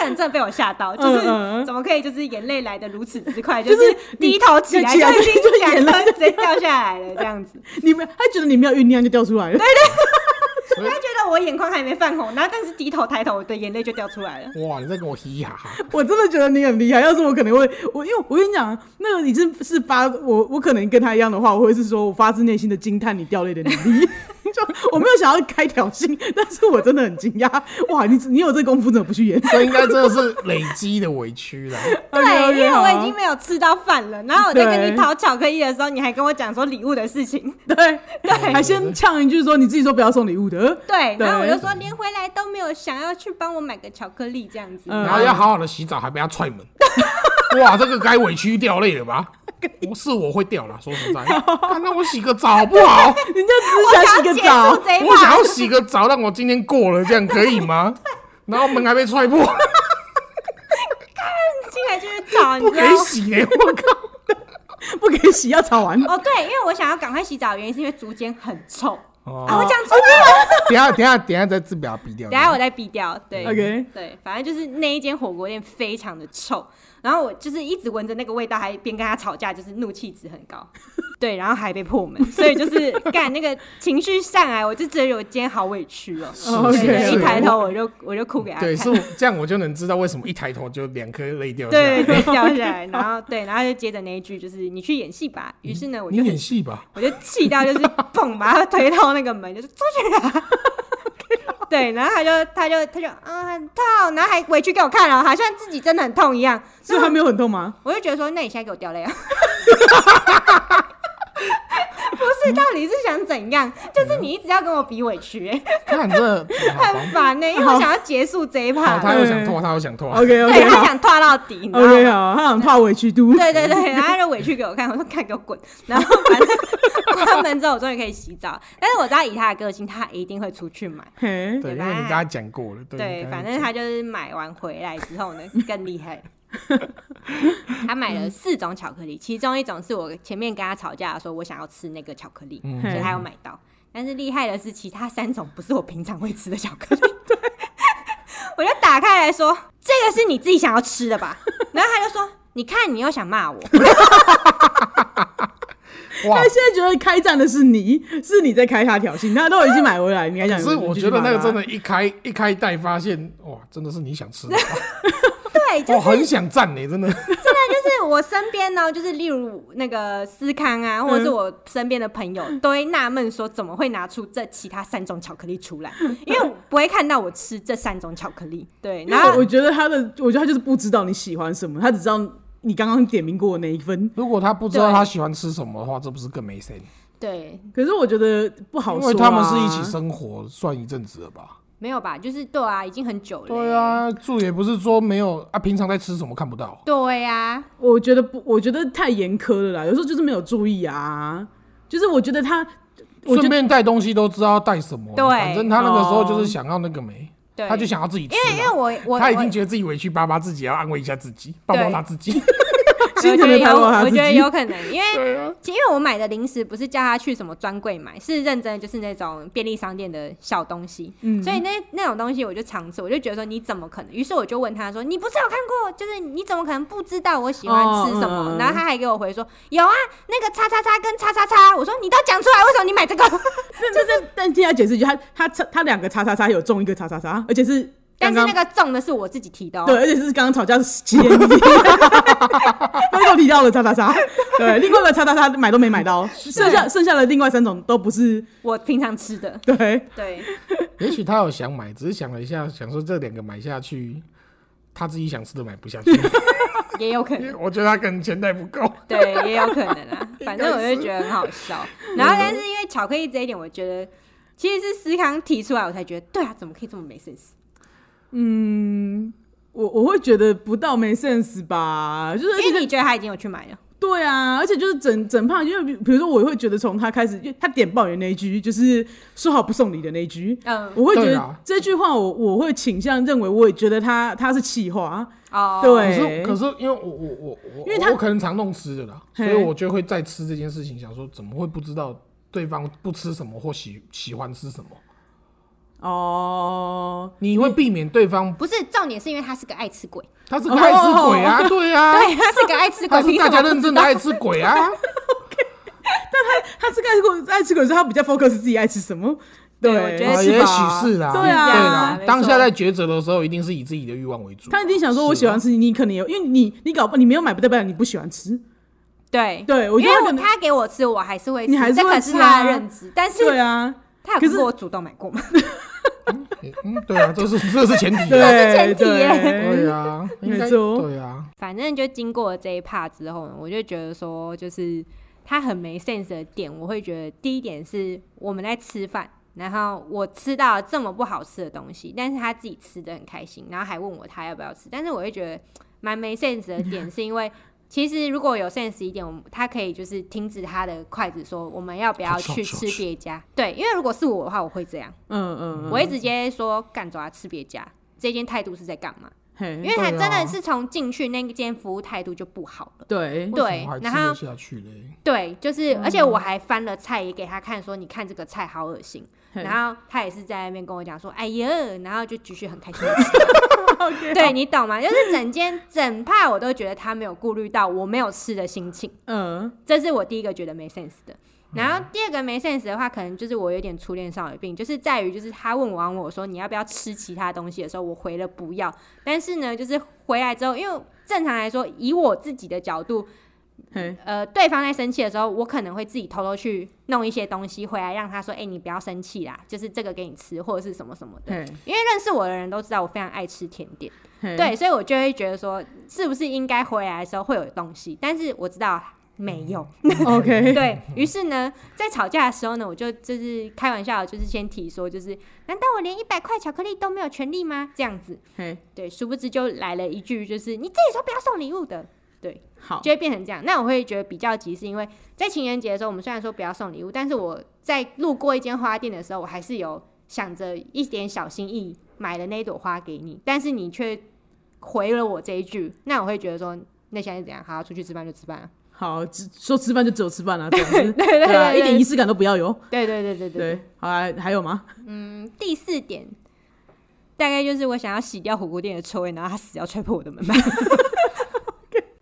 [SPEAKER 2] 可能真的被我吓到，就
[SPEAKER 1] 嗯
[SPEAKER 2] 是
[SPEAKER 1] 嗯
[SPEAKER 2] 怎么可以就是眼泪来的如此之 快，就
[SPEAKER 1] 就是
[SPEAKER 2] 是低头起来
[SPEAKER 1] 你起
[SPEAKER 2] 就已
[SPEAKER 1] 来就
[SPEAKER 2] 经两
[SPEAKER 1] 眼泪
[SPEAKER 2] 颗直接掉下来了这样子。
[SPEAKER 1] 你们他觉得你没有酝酿就掉出来了，
[SPEAKER 2] 他觉得我眼眶还没泛红，然后但是低头抬头，我的眼泪就掉出来了。
[SPEAKER 3] 哇，你在跟我咿呀。
[SPEAKER 1] 我真的觉得你很厉害。要是我可能会，我因为我跟你讲，啊那个你是是发我我可能跟他一样的话，我会是说我发自内心的惊叹你掉泪的能 力。就我没有想要开挑衅，但是我真的很惊讶，哇，你你有这功夫怎么不去演？
[SPEAKER 3] 这应该真的是累积的委屈了。
[SPEAKER 2] 对，因为我已经没有吃到饭了，然后我在跟你
[SPEAKER 1] 对
[SPEAKER 2] 讨巧克力的时候，你还跟我讲说礼物的事情，
[SPEAKER 1] 对
[SPEAKER 3] 对
[SPEAKER 1] 还先呛一句说你自己说不要送礼 物的，呃
[SPEAKER 2] 对，
[SPEAKER 1] 对
[SPEAKER 2] 然后我就说连回来都没有想要去帮我买个巧克力这样子，
[SPEAKER 1] 嗯
[SPEAKER 3] 然后要好好的洗澡，还被他踹门。哇，这个该委屈掉泪了吧？我是我会掉啦，说实在，看那我洗个澡好不
[SPEAKER 1] 人
[SPEAKER 3] 好？
[SPEAKER 1] 家只想洗个澡
[SPEAKER 2] 我想要结束。这一
[SPEAKER 3] 我想
[SPEAKER 2] 趴
[SPEAKER 3] 要洗个澡，让我今天过了，这样可以吗？然后门还被 踹破，
[SPEAKER 2] 进来就是吵，你
[SPEAKER 3] 不
[SPEAKER 2] 知
[SPEAKER 3] 可以
[SPEAKER 2] 道吗？
[SPEAKER 3] 洗、欸！我靠，
[SPEAKER 1] 不可以洗，要吵完。
[SPEAKER 2] 哦，对，因为我想要赶快洗澡，的原因是因为竹间很臭啊！
[SPEAKER 3] 哦，
[SPEAKER 2] 我讲错了，
[SPEAKER 3] 等一下等一下等一下再自表逼掉
[SPEAKER 2] 等一下我再逼掉。对
[SPEAKER 1] OK
[SPEAKER 2] 对，反正就是那一间火锅店非常的臭，然后我就是一直闻着那个味道，还边跟他吵架，就是怒气值很高。对，然后还被破门，所以就是 干那个情绪上来，我就觉得我今天好委屈哦。
[SPEAKER 3] 是
[SPEAKER 1] OK
[SPEAKER 2] 对对，
[SPEAKER 1] 是
[SPEAKER 2] 一抬头我就我就哭给他看
[SPEAKER 3] 对，，是这样，我就能知道为什么一抬头就两颗泪掉下
[SPEAKER 2] 对，
[SPEAKER 3] 来。
[SPEAKER 2] 直接掉下来，然后对，然后就接着那一句就是你去演戏吧。于是呢，我
[SPEAKER 3] 你
[SPEAKER 2] 就
[SPEAKER 3] 演戏吧，
[SPEAKER 2] 我就气到就是砰把他推到那个门，就是出去啊。对，然后他就他就他就啊很痛，然后还委屈给我看了，好像自己真的很痛一样。
[SPEAKER 1] 所以他没有很痛吗？
[SPEAKER 2] 我就觉得说，那你现在给我掉泪啊！不是，到底是想怎样？就是你一直要跟我比委屈、欸，
[SPEAKER 3] 看这
[SPEAKER 2] 很烦呢、因为我想要结束这一
[SPEAKER 3] 好，
[SPEAKER 2] 趴，
[SPEAKER 3] 他又想拖，他又想拖，
[SPEAKER 1] OK
[SPEAKER 2] 对
[SPEAKER 1] OK
[SPEAKER 2] 他
[SPEAKER 1] 好
[SPEAKER 2] 想拖到底，你知道吗？
[SPEAKER 1] OK 好，他很怕委屈都。
[SPEAKER 2] 对对对，然后他就委屈给我看，我说看给我滚，然后反正关门之后我终于可以洗澡，但是我知道以他的个性，他一定会出去买。
[SPEAKER 1] 嘿，
[SPEAKER 3] 对，
[SPEAKER 2] 对
[SPEAKER 3] 因
[SPEAKER 2] 吧
[SPEAKER 3] 为你跟他讲过了，对，你
[SPEAKER 2] 对，
[SPEAKER 3] 跟
[SPEAKER 2] 反
[SPEAKER 3] 讲
[SPEAKER 2] 正他就是买完回来之后呢，更厉害。他买了四种巧克力，其中一种是我前面跟他吵架的时候，我想要吃那个巧克力，
[SPEAKER 3] 嗯
[SPEAKER 2] 所以他有买到。但是厉害的是，其他三种不是我平常会吃的巧克力。 我就打开来说：“这个是你自己想要吃的吧？”然后他就说：“你看，你又想骂我。”
[SPEAKER 3] 哇
[SPEAKER 1] 他，现在觉得开战的是你，是你在开他挑衅，他都已经买回来，你还想？
[SPEAKER 3] 可是我觉得那个真的，一开一开袋发现，哇，真的是你想 吃的，
[SPEAKER 2] 对，就
[SPEAKER 3] 我
[SPEAKER 2] 是
[SPEAKER 3] 很想赞你，真的，
[SPEAKER 2] 就是我身边呢，就是例如那个思康啊，
[SPEAKER 3] 嗯
[SPEAKER 2] 或者是我身边的朋友，都会纳闷说怎么会拿出这其他三种巧克力 出来？因为我不会看到我吃这三种巧克力。对，
[SPEAKER 1] 因
[SPEAKER 2] 然
[SPEAKER 1] 为
[SPEAKER 2] 后
[SPEAKER 1] 我觉得他的，我觉得他就是不知道你喜欢什么，他只知道你刚刚点名过的那一份。
[SPEAKER 3] 如果他不知道他喜欢吃什么的话，这不是更没 sense？
[SPEAKER 2] 对，
[SPEAKER 1] 可是我觉得不好
[SPEAKER 3] 因
[SPEAKER 1] 说、啊，
[SPEAKER 3] 为他们是一起生活算一阵子了吧？
[SPEAKER 2] 没有吧？就是对啊，已经很久了、
[SPEAKER 3] 对，啊，住也不是说没有啊，平常在吃什么看不到。
[SPEAKER 2] 对啊，
[SPEAKER 1] 我觉得不，我觉得太严苛了啦。有时候就是没有注意啊，就是我觉得他，我
[SPEAKER 3] 顺
[SPEAKER 1] 觉得
[SPEAKER 3] 便带东西都知道带什么，
[SPEAKER 2] 对哦
[SPEAKER 3] 反正他那个时候就是想要那个没，
[SPEAKER 2] 对，
[SPEAKER 3] 他就想要自己吃
[SPEAKER 2] 因为因为
[SPEAKER 3] 啦。
[SPEAKER 2] 我我
[SPEAKER 3] 他已经
[SPEAKER 2] 我
[SPEAKER 3] 觉得自己委屈巴巴，自己要安慰一下自己，抱抱
[SPEAKER 2] 对
[SPEAKER 3] 他自己。
[SPEAKER 1] 心疼的拍过他
[SPEAKER 2] 我
[SPEAKER 1] 自
[SPEAKER 2] 觉得
[SPEAKER 1] 己
[SPEAKER 2] 有，可能，因为其因为我买的零食不是叫他去什么专柜买，是认真的就是那种便利商店的小东西，
[SPEAKER 1] 嗯
[SPEAKER 2] 所以那那种东西我就常吃，我就觉得说你怎么可能？于是我就问他说：“你不是有看过？就是你怎么可能不知道我喜欢吃什么？”
[SPEAKER 1] 哦嗯嗯嗯
[SPEAKER 2] 然后他还给我回说：“有啊，那个叉叉叉跟叉叉叉。”我说：“你都讲出来，为什么你买这个？”
[SPEAKER 1] 就是但听他解释一句，他他他他两个叉叉叉有中一个叉叉叉，而且是
[SPEAKER 2] 但
[SPEAKER 1] 刚
[SPEAKER 2] 是
[SPEAKER 1] 刚
[SPEAKER 2] 那个中的是我自己提的、哦，
[SPEAKER 1] 对，而且是刚刚吵架是前一天，他又提到了叉叉叉，对，另外一个叉叉叉买都没买到，剩下剩下的另外三种都不是
[SPEAKER 2] 我平常吃的。
[SPEAKER 1] 对，
[SPEAKER 2] 对，
[SPEAKER 3] 也许他有想买，只是想了一下，想说这两个买下去，他自己想吃的买 不下去。
[SPEAKER 2] 也有可能
[SPEAKER 3] 因。为我觉得他可能钱袋不够。。
[SPEAKER 2] 对，也有可能 啦
[SPEAKER 3] 应
[SPEAKER 2] 反
[SPEAKER 3] 该
[SPEAKER 2] 正我就觉得很好笑。然后，但是因为巧克力这一点，我觉得其实是思康提出来，我才觉得对啊，怎么可以这么没 sense？
[SPEAKER 1] 我我会觉得不到没 sense 吧，就是而且
[SPEAKER 2] 因为你觉得他已经有去买了，
[SPEAKER 1] 对啊，而且就是整整胖，因为比比如说我会觉得从他开始，因为他点爆你的那一句，就是说好不送礼的那一句，
[SPEAKER 2] 嗯，
[SPEAKER 1] 我会觉
[SPEAKER 3] 对啊
[SPEAKER 1] 得
[SPEAKER 3] 啦
[SPEAKER 1] 这句话我我会倾向认为，我也觉得他他是气话，
[SPEAKER 2] 哦，
[SPEAKER 1] 对
[SPEAKER 3] 可是可是因为我我我我，
[SPEAKER 1] 因为他
[SPEAKER 3] 我可能常弄吃的啦，所
[SPEAKER 1] 嘿
[SPEAKER 3] 以我就会在吃这件事情，想说怎么会不知道对方不吃什么或喜喜欢吃什么？
[SPEAKER 1] 哦，
[SPEAKER 3] 你会避免对方
[SPEAKER 2] 不是重点，是因为他是个爱吃鬼，
[SPEAKER 3] 他是个爱吃鬼
[SPEAKER 2] 哦
[SPEAKER 3] 啊，对啊，
[SPEAKER 2] 对，他是个爱 吃
[SPEAKER 3] 他
[SPEAKER 2] 鬼，凭
[SPEAKER 3] 是大
[SPEAKER 2] 什
[SPEAKER 3] 家
[SPEAKER 2] 么
[SPEAKER 3] 认
[SPEAKER 2] 不知
[SPEAKER 3] 真的
[SPEAKER 2] 道？
[SPEAKER 3] 爱吃鬼啊。
[SPEAKER 1] 他这个爱吃鬼爱吃鬼，所以他比较 focus 自己爱吃什么，
[SPEAKER 2] 对我觉得
[SPEAKER 3] 啊，
[SPEAKER 1] 是
[SPEAKER 3] 也许
[SPEAKER 1] 吧
[SPEAKER 3] 是啦，
[SPEAKER 1] 对
[SPEAKER 2] 是这样
[SPEAKER 1] 啊
[SPEAKER 2] 啊。
[SPEAKER 3] 啦
[SPEAKER 2] 没，错
[SPEAKER 3] 当下在抉择的时候，一定是以自己的欲望为主。
[SPEAKER 1] 他一定想说，我喜欢吃，你可能有，因为你你搞不，你没有买不代表你不喜欢吃。
[SPEAKER 2] 对，
[SPEAKER 1] 对，我
[SPEAKER 2] 因
[SPEAKER 1] 觉得
[SPEAKER 2] 为
[SPEAKER 1] 可
[SPEAKER 2] 我
[SPEAKER 1] 能
[SPEAKER 2] 他给我吃，我还是会吃，
[SPEAKER 1] 你还是
[SPEAKER 2] 这
[SPEAKER 1] 会
[SPEAKER 2] 可是
[SPEAKER 1] 吃啊
[SPEAKER 2] 他的认知，但是
[SPEAKER 1] 对啊，
[SPEAKER 2] 他
[SPEAKER 1] 可
[SPEAKER 2] 有
[SPEAKER 1] 是
[SPEAKER 2] 给我主动买过吗？
[SPEAKER 3] 嗯，对啊，这是 这是前提啊。
[SPEAKER 1] 对
[SPEAKER 2] 前提耶
[SPEAKER 1] 对
[SPEAKER 3] 对啊，
[SPEAKER 1] 没
[SPEAKER 3] 应该
[SPEAKER 1] 错
[SPEAKER 3] 对啊，
[SPEAKER 2] 反正就经过了这一 part 之后呢，我就觉得说，就是他很没 sense 的点，我会觉得第一点是我们在吃饭，然后我吃到了这么不好吃的东西，但是他自己吃的很开心，然后还问我他要不要吃，但是我会觉得蛮没 sense 的点，是因为。其实如果有 sense 一点，我们他可以就是停止他的筷子说我们要不要
[SPEAKER 3] 去
[SPEAKER 2] 去
[SPEAKER 3] 去
[SPEAKER 2] 吃
[SPEAKER 3] 去
[SPEAKER 2] 别家？对，因为如果是我的话，我会这样，
[SPEAKER 1] 嗯嗯，
[SPEAKER 2] 我会直接说干走啊吃别家，这件态度是在干嘛？因
[SPEAKER 1] 嘿，
[SPEAKER 2] 为他
[SPEAKER 3] 对
[SPEAKER 2] 真
[SPEAKER 3] 啊
[SPEAKER 2] 的是从进去那间服务态度就不好了。
[SPEAKER 1] 对，
[SPEAKER 2] 对
[SPEAKER 3] 为什么还
[SPEAKER 2] 然
[SPEAKER 3] 吃
[SPEAKER 2] 后
[SPEAKER 3] 得下去嘞。
[SPEAKER 2] 对，就是，而且我还翻了菜也给他看，说你看这个菜好恶心。
[SPEAKER 1] 嘿
[SPEAKER 2] 然后他也是在那边跟我讲说，哎呀，然后就继续很开心的吃。对你懂吗？就是整间整派我都觉得他没有顾虑到我没有吃的心情，
[SPEAKER 1] 嗯，
[SPEAKER 2] 这是我第一个觉得没 sense 的。然后第二个没 sense 的话，可能就是我有点初恋少女病，就是在于就是他问我完我说你要不要吃其他东西的时候，我回了不要。但是呢，就是回来之后，因为正常来说，以我自己的角度，
[SPEAKER 1] 嘿，
[SPEAKER 2] 呃，对方在生气的时候，我可能会自己偷偷去弄一些东西回来，让他说：“哎、你不要生气啦，就是这个给你吃，或者是什么什么的。
[SPEAKER 1] 嘿，”
[SPEAKER 2] 因为认识我的人都知道我非常爱吃甜点，
[SPEAKER 1] 嘿，
[SPEAKER 2] 对，所以我就会觉得说，是不是应该回来的时候会有东西？但是我知道没有。
[SPEAKER 1] OK，
[SPEAKER 2] 对于是呢，在吵架的时候呢，我就就是开玩笑，就是先提说，就是难道我连一百块巧克力都没有权利吗？这样子，
[SPEAKER 1] 嘿，
[SPEAKER 2] 对，殊不知就来了一句，就是你自己说不要送礼物的，对，
[SPEAKER 1] 好，
[SPEAKER 2] 就会变成这样。那我会觉得比较急，是因为在情人节的时候，我们虽然说不要送礼物，但是我在路过一间花店的时候，我还是有想着一点小心意买了那一朵花给你，但是你却回了我这一句，那我会觉得说，那现在是怎样？好，出去吃饭就吃饭啊。
[SPEAKER 1] 好，只说吃饭就只有吃饭啊，这样子，
[SPEAKER 2] 对对
[SPEAKER 1] 对啊，
[SPEAKER 2] 对，
[SPEAKER 1] 一点仪式感都不要有。
[SPEAKER 2] 对对对对对。
[SPEAKER 1] 对，好啊，还有吗？
[SPEAKER 2] 嗯，第四点，大概就是我想要洗掉火锅店的臭味，然后他死要吹破我 的门吧。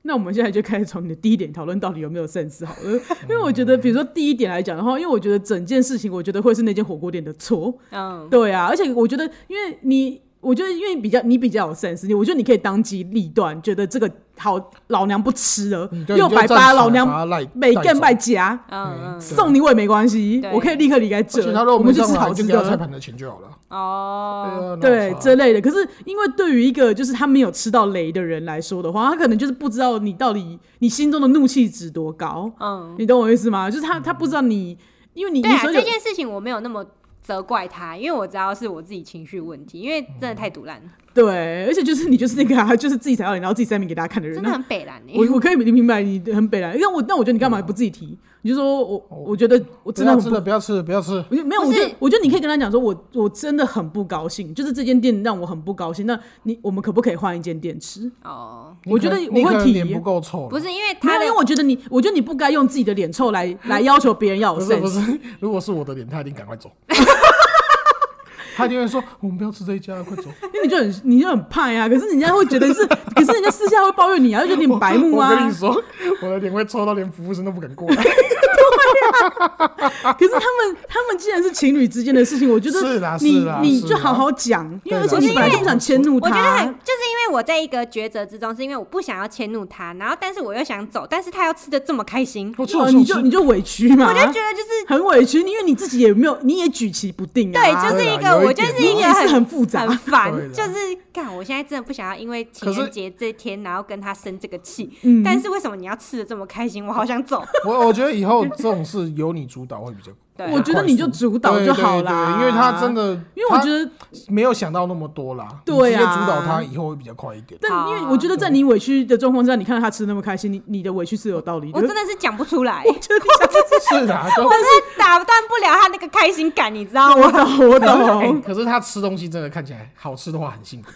[SPEAKER 1] 那我们现在就开始从你的第一点讨论到底有没有 sense 好了，因为我觉得，比如说第一点来讲的话，因为我觉得整件事情，我觉得会是那间火锅店的错，
[SPEAKER 2] 嗯，
[SPEAKER 1] 对啊，而且我觉得，因为你，我觉得因为比较你比较有 sense，你我觉得你可以当机立断，觉得这个好老娘不吃了
[SPEAKER 3] 你，就
[SPEAKER 1] 六百八老娘
[SPEAKER 3] 来
[SPEAKER 1] 每更卖夹，
[SPEAKER 2] 嗯嗯，
[SPEAKER 1] 送你我也没关系
[SPEAKER 2] 对，
[SPEAKER 1] 我可以立刻离开
[SPEAKER 3] 而
[SPEAKER 1] 这
[SPEAKER 3] 且他，如
[SPEAKER 1] 我
[SPEAKER 3] 果没
[SPEAKER 1] 们就
[SPEAKER 3] 上
[SPEAKER 1] 吃
[SPEAKER 3] 来，
[SPEAKER 1] 好
[SPEAKER 3] 我
[SPEAKER 1] 吃
[SPEAKER 3] 就给他菜
[SPEAKER 1] 的。
[SPEAKER 3] 盘的钱就好了。啊
[SPEAKER 2] 哦，
[SPEAKER 1] 对
[SPEAKER 3] 这。
[SPEAKER 1] 这类的。可是因为对于一个就是他没有吃到雷的人来说的话，他可能就是不知道你到底你心中的怒气值多高，
[SPEAKER 2] 嗯，
[SPEAKER 1] 你懂我意思吗？就是他他不知道你，因为你
[SPEAKER 2] 对
[SPEAKER 1] 你
[SPEAKER 2] 啊，
[SPEAKER 1] 所
[SPEAKER 2] 这
[SPEAKER 1] 有
[SPEAKER 2] 件事情我没有那么责怪他，因为我知道是我自己情绪问题，因为真的太毒
[SPEAKER 1] 嗯
[SPEAKER 2] 烂了，
[SPEAKER 1] 对，而且就是你就是那个啊， 就是自己踩到脸，然后自己塞面给大家看的人
[SPEAKER 2] 真的
[SPEAKER 1] 啊。
[SPEAKER 2] 很北蓝欸
[SPEAKER 1] 我
[SPEAKER 2] 呢。
[SPEAKER 1] 我可以明白你很北来，因为我那我觉得你干嘛不自己提？你就说我
[SPEAKER 3] 哦
[SPEAKER 1] 我觉得我
[SPEAKER 3] 不
[SPEAKER 1] 真的
[SPEAKER 3] 要
[SPEAKER 1] 很
[SPEAKER 3] 吃了，不要吃了，不要吃了。
[SPEAKER 1] 我觉得没有，
[SPEAKER 2] 不
[SPEAKER 1] 我
[SPEAKER 2] 是
[SPEAKER 1] 觉得我觉得你可以跟他讲说，我我真的很不高兴，就是这间店让我很不高兴。那你我们可不可以换一间店吃？
[SPEAKER 2] 哦，
[SPEAKER 1] 我觉得
[SPEAKER 3] 你可
[SPEAKER 1] 我会
[SPEAKER 3] 你可能
[SPEAKER 1] 提
[SPEAKER 3] 脸不够臭了。
[SPEAKER 2] 不是因为
[SPEAKER 1] 没
[SPEAKER 2] 他
[SPEAKER 1] 有，因为
[SPEAKER 2] 的
[SPEAKER 1] 我觉得你，我觉得你不该用自己的脸臭来来要求别人要有
[SPEAKER 3] 不是不
[SPEAKER 1] sense。
[SPEAKER 3] 是， 如果是我的脸，他一定赶快走。他一定会说：“哦我们不要吃这一家，快走
[SPEAKER 1] 因为你就很你就很怕呀、可是人家会觉得是，可是人家私下会抱怨你啊，就觉得！”你很白目
[SPEAKER 3] 我
[SPEAKER 1] 啊。
[SPEAKER 3] 跟你说，我的脸会臭到连服务生都不敢过 来。
[SPEAKER 1] 可是他们他们既然是情侣之间的事情，我觉得
[SPEAKER 3] 是啦
[SPEAKER 1] 你
[SPEAKER 3] 是啦
[SPEAKER 1] 你
[SPEAKER 3] 是
[SPEAKER 1] 就
[SPEAKER 3] 啦
[SPEAKER 1] 好好讲，因为
[SPEAKER 3] 对啦
[SPEAKER 1] 而且你本来就不想迁怒
[SPEAKER 2] 我
[SPEAKER 1] 他。哦
[SPEAKER 2] 觉得很，就是因为我在一个抉择之中，是因为我不想要迁怒他，然后但是我又想走，但是他要吃的这么开心，
[SPEAKER 3] 我吃，
[SPEAKER 1] 哦
[SPEAKER 3] 我吃，
[SPEAKER 1] 你
[SPEAKER 3] 我
[SPEAKER 1] 就
[SPEAKER 3] 吃。
[SPEAKER 1] 你就委屈嘛
[SPEAKER 2] 我，就觉得就是
[SPEAKER 1] 很委屈，因为你自己也没有，你也举棋不定啊。
[SPEAKER 2] 对，就是一
[SPEAKER 3] 对啦
[SPEAKER 2] 个
[SPEAKER 3] 有一
[SPEAKER 2] 我就是
[SPEAKER 3] 点
[SPEAKER 2] 一
[SPEAKER 1] 你
[SPEAKER 2] 个
[SPEAKER 1] 也是
[SPEAKER 2] 很
[SPEAKER 1] 很复杂
[SPEAKER 2] 很。
[SPEAKER 3] 对
[SPEAKER 2] 烦，
[SPEAKER 3] 啦
[SPEAKER 2] 就是看我现在真的不想要，因为情
[SPEAKER 3] 可是
[SPEAKER 2] 人节这天，然后跟他生这个气。
[SPEAKER 1] 嗯
[SPEAKER 2] 但是为什么你要吃的这么开心？我好想走。
[SPEAKER 3] 我我觉得以后这种事由你主导会比较。
[SPEAKER 2] 对
[SPEAKER 1] 我觉得你就主导就好
[SPEAKER 3] 啦，
[SPEAKER 1] 啦，
[SPEAKER 3] 对因为他真，的，
[SPEAKER 1] 因为我觉
[SPEAKER 3] 得
[SPEAKER 1] 得
[SPEAKER 3] 没有想到那么多啦。你
[SPEAKER 1] 对啊
[SPEAKER 3] 直接主导他以后会比较快一点。
[SPEAKER 1] 但因为
[SPEAKER 2] 啊
[SPEAKER 1] 我觉得在你委屈的状况之下，你看到他吃得那么开心，你你的委屈是有道理的。
[SPEAKER 2] 我 真的是讲不出来，
[SPEAKER 1] 我
[SPEAKER 2] 我
[SPEAKER 1] 觉得你想
[SPEAKER 3] 是 啦，就
[SPEAKER 2] 真的打断不了他那个开心感，你知道
[SPEAKER 1] 我
[SPEAKER 2] 吗？
[SPEAKER 1] 懂，我
[SPEAKER 3] 哎
[SPEAKER 1] 懂。
[SPEAKER 3] 可是他吃东西真的看起来好吃的话很幸福，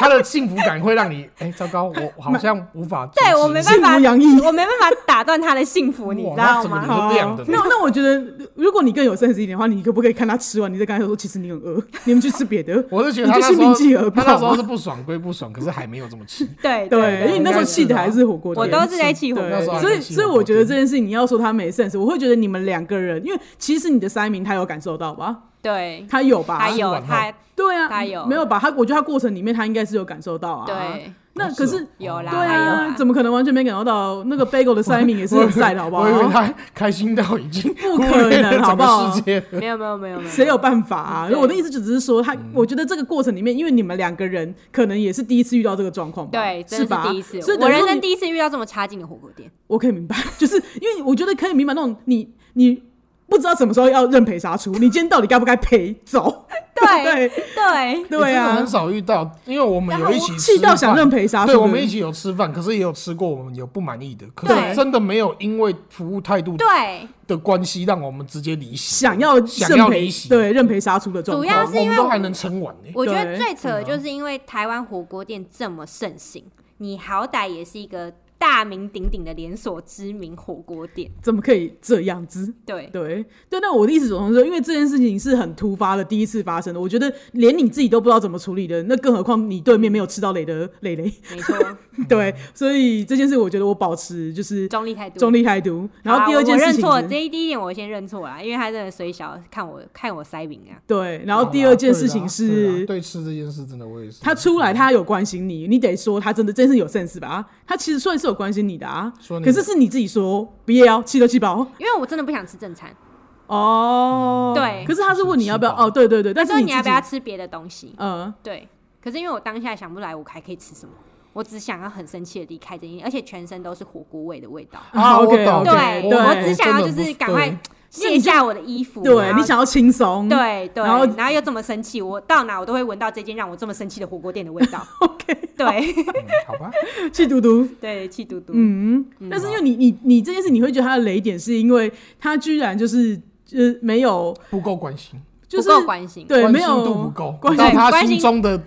[SPEAKER 3] 他的幸福感会让你哎、糟糕，我好像无法阻止。
[SPEAKER 2] 对我没办
[SPEAKER 1] 幸
[SPEAKER 2] 法
[SPEAKER 1] 福洋溢，
[SPEAKER 2] 我没办法打断他的幸福，你知
[SPEAKER 3] 哇那
[SPEAKER 2] 道
[SPEAKER 3] 整个
[SPEAKER 2] 吗？
[SPEAKER 3] 人都亮的。
[SPEAKER 1] 那那我觉得，如果你更有 sense 一点的话，你可不可以看他吃完，你再跟他说，其实你很饿，你们去吃别的
[SPEAKER 3] 我是觉得他
[SPEAKER 1] 你就心
[SPEAKER 3] 那
[SPEAKER 1] 平
[SPEAKER 3] 时
[SPEAKER 1] 气
[SPEAKER 3] 候
[SPEAKER 1] 和
[SPEAKER 3] 他
[SPEAKER 1] 吧
[SPEAKER 3] 那时候是不爽归不爽，可是还没有这 么气。
[SPEAKER 2] 对
[SPEAKER 1] 对，因为你那时候
[SPEAKER 3] 应该是
[SPEAKER 1] 气的
[SPEAKER 3] 啊
[SPEAKER 1] 还是火锅
[SPEAKER 2] 我
[SPEAKER 1] 店。
[SPEAKER 2] 都是在气火
[SPEAKER 1] 对
[SPEAKER 3] 那时
[SPEAKER 2] 锅
[SPEAKER 3] 候还
[SPEAKER 1] 所以
[SPEAKER 3] 没气
[SPEAKER 1] 所以
[SPEAKER 3] 火锅
[SPEAKER 1] 我觉得
[SPEAKER 3] 店
[SPEAKER 1] 这件事情你要说他没 sense，我会觉得你们两个人，因为其实你的塞明他有感受到吧？
[SPEAKER 2] 对，
[SPEAKER 1] 他有吧？
[SPEAKER 2] 他有
[SPEAKER 3] 完后
[SPEAKER 2] 他
[SPEAKER 1] 对啊，
[SPEAKER 2] 他有
[SPEAKER 1] 没有吧？他我觉得他过程里面他应该是有感受到啊。，
[SPEAKER 2] 对
[SPEAKER 1] 那
[SPEAKER 3] 哦
[SPEAKER 1] 可
[SPEAKER 3] 是
[SPEAKER 1] 是
[SPEAKER 3] 哦
[SPEAKER 2] 有啦，
[SPEAKER 1] 对
[SPEAKER 2] 他有
[SPEAKER 1] 啊
[SPEAKER 2] 啦，
[SPEAKER 1] 怎么可能完全没感受到？那 个 bagel 的塞明也是
[SPEAKER 3] 我以
[SPEAKER 1] 很
[SPEAKER 3] 为
[SPEAKER 1] 晒的，好不好？
[SPEAKER 3] 我以为他开心到已经
[SPEAKER 1] 不
[SPEAKER 3] 忽
[SPEAKER 1] 可能
[SPEAKER 3] 略了
[SPEAKER 1] 好
[SPEAKER 3] 整
[SPEAKER 1] 不好
[SPEAKER 3] 个世界了。
[SPEAKER 2] 没有没有没有没有，
[SPEAKER 1] 谁有办法啊？
[SPEAKER 2] 对
[SPEAKER 1] 我的意思就只是说，他，
[SPEAKER 3] 嗯
[SPEAKER 1] 我觉得这个过程里面，因为你们两个人可能也是第一次遇到这个状况吧，
[SPEAKER 2] 对，
[SPEAKER 1] 是
[SPEAKER 2] 真的
[SPEAKER 1] 吧？
[SPEAKER 2] 是第一次
[SPEAKER 1] 所以，
[SPEAKER 2] 我
[SPEAKER 1] 等于
[SPEAKER 2] 人
[SPEAKER 1] 说
[SPEAKER 2] 生
[SPEAKER 1] 你，
[SPEAKER 2] 第一次遇到这么差劲的火锅店。
[SPEAKER 1] 我可以明白，就是因为我觉得可以明白那种你你不知道什么时候要认赔杀出，你今天到底该不该赔走？
[SPEAKER 2] 对
[SPEAKER 1] 对
[SPEAKER 2] 对
[SPEAKER 1] 不对对
[SPEAKER 3] 真的
[SPEAKER 1] 啊
[SPEAKER 3] 很，少遇到，因为我们有一起吃
[SPEAKER 1] 气到想
[SPEAKER 3] 饭
[SPEAKER 1] 认赔杀出，
[SPEAKER 3] 对，我们一起有吃饭，可是也有吃过我们有不满意的，可
[SPEAKER 2] 对
[SPEAKER 3] 是真的没有因为服务态度
[SPEAKER 2] 对，
[SPEAKER 3] 的关系让我们直接离席，
[SPEAKER 1] 想要
[SPEAKER 3] 想
[SPEAKER 1] 认
[SPEAKER 3] 要
[SPEAKER 1] 赔
[SPEAKER 3] 离，席，
[SPEAKER 1] 对啊认赔杀出的状
[SPEAKER 2] 主
[SPEAKER 1] 况，
[SPEAKER 2] 要
[SPEAKER 3] 我
[SPEAKER 2] 是因为
[SPEAKER 3] 我们都还能撑完呢。
[SPEAKER 2] 我觉得
[SPEAKER 1] 对嗯
[SPEAKER 2] 最扯的就是因为台湾火锅店这么盛行，你好歹也是一个大名鼎鼎的连锁知名火锅店，
[SPEAKER 1] 怎么可以这样子？
[SPEAKER 2] 对
[SPEAKER 1] 对对，那我的意思总是说，因为这件事情是很突发的，第一次发生的，我觉得连你自己都不知道怎么处理的，那更何况你对面没有吃到雷的雷雷，
[SPEAKER 2] 没 错，
[SPEAKER 1] 对，所以这件事我觉得我保持就是
[SPEAKER 2] 中立态度。
[SPEAKER 1] 中立态度。然后第二件事情
[SPEAKER 2] 好啊我我认
[SPEAKER 1] 是
[SPEAKER 2] 错，这一第一点我先认错啦，啊因为他真的水小，看我看我塞饼啊，
[SPEAKER 1] 对，然后第二件事情
[SPEAKER 3] 对啦对
[SPEAKER 1] 是
[SPEAKER 3] 啦。对吃这件事，真的我也是。
[SPEAKER 1] 他出来，他有关心你，你得说他真的真是有 sense 吧？他其实算是有关心你的啊，
[SPEAKER 3] 说你
[SPEAKER 1] 可是是你自己说不要气都气饱
[SPEAKER 2] 因为我真的不想吃正餐，
[SPEAKER 1] 哦。
[SPEAKER 2] 对
[SPEAKER 1] 可是他是问你要不要
[SPEAKER 3] 气饱
[SPEAKER 1] 哦，对对对，但
[SPEAKER 2] 他
[SPEAKER 1] 是
[SPEAKER 2] 说
[SPEAKER 1] 你
[SPEAKER 2] 你要
[SPEAKER 1] 自
[SPEAKER 2] 不
[SPEAKER 1] 己
[SPEAKER 2] 要吃别的东西，
[SPEAKER 1] 呃，
[SPEAKER 2] 对。可是因为我当下想不来，我还可以吃什么？我只想要很生气的离开这间，而且全身都是火锅味的味道。
[SPEAKER 3] 啊，我
[SPEAKER 1] OK，
[SPEAKER 3] 懂，
[SPEAKER 1] OK，
[SPEAKER 2] 对
[SPEAKER 1] 对
[SPEAKER 2] 我只想要就
[SPEAKER 3] 真的不
[SPEAKER 2] 是赶快
[SPEAKER 1] 对
[SPEAKER 2] 卸下我的衣服，啊
[SPEAKER 1] 对
[SPEAKER 2] 然后
[SPEAKER 1] 你想要轻松，
[SPEAKER 2] 对对，
[SPEAKER 1] 然
[SPEAKER 2] 然
[SPEAKER 1] 后
[SPEAKER 2] 后又这么生气，我到哪我都会闻到这间让我这么生气的火锅店的味 道。
[SPEAKER 1] ，OK，
[SPEAKER 2] 对
[SPEAKER 3] 嗯好吧，
[SPEAKER 1] 去读读。
[SPEAKER 2] 对，气嘟嘟。
[SPEAKER 1] 嗯，但是因为你你你这件事，你会觉得他的雷点是因为他居然就是就是没有
[SPEAKER 3] 不够关心，
[SPEAKER 1] 就是
[SPEAKER 2] 不够关心，
[SPEAKER 1] 对
[SPEAKER 3] 关
[SPEAKER 1] 没
[SPEAKER 3] 心
[SPEAKER 1] 有
[SPEAKER 3] 度不够，
[SPEAKER 1] 关
[SPEAKER 3] 不到
[SPEAKER 2] 对
[SPEAKER 3] 他
[SPEAKER 2] 关
[SPEAKER 3] 心
[SPEAKER 2] 心
[SPEAKER 3] 中的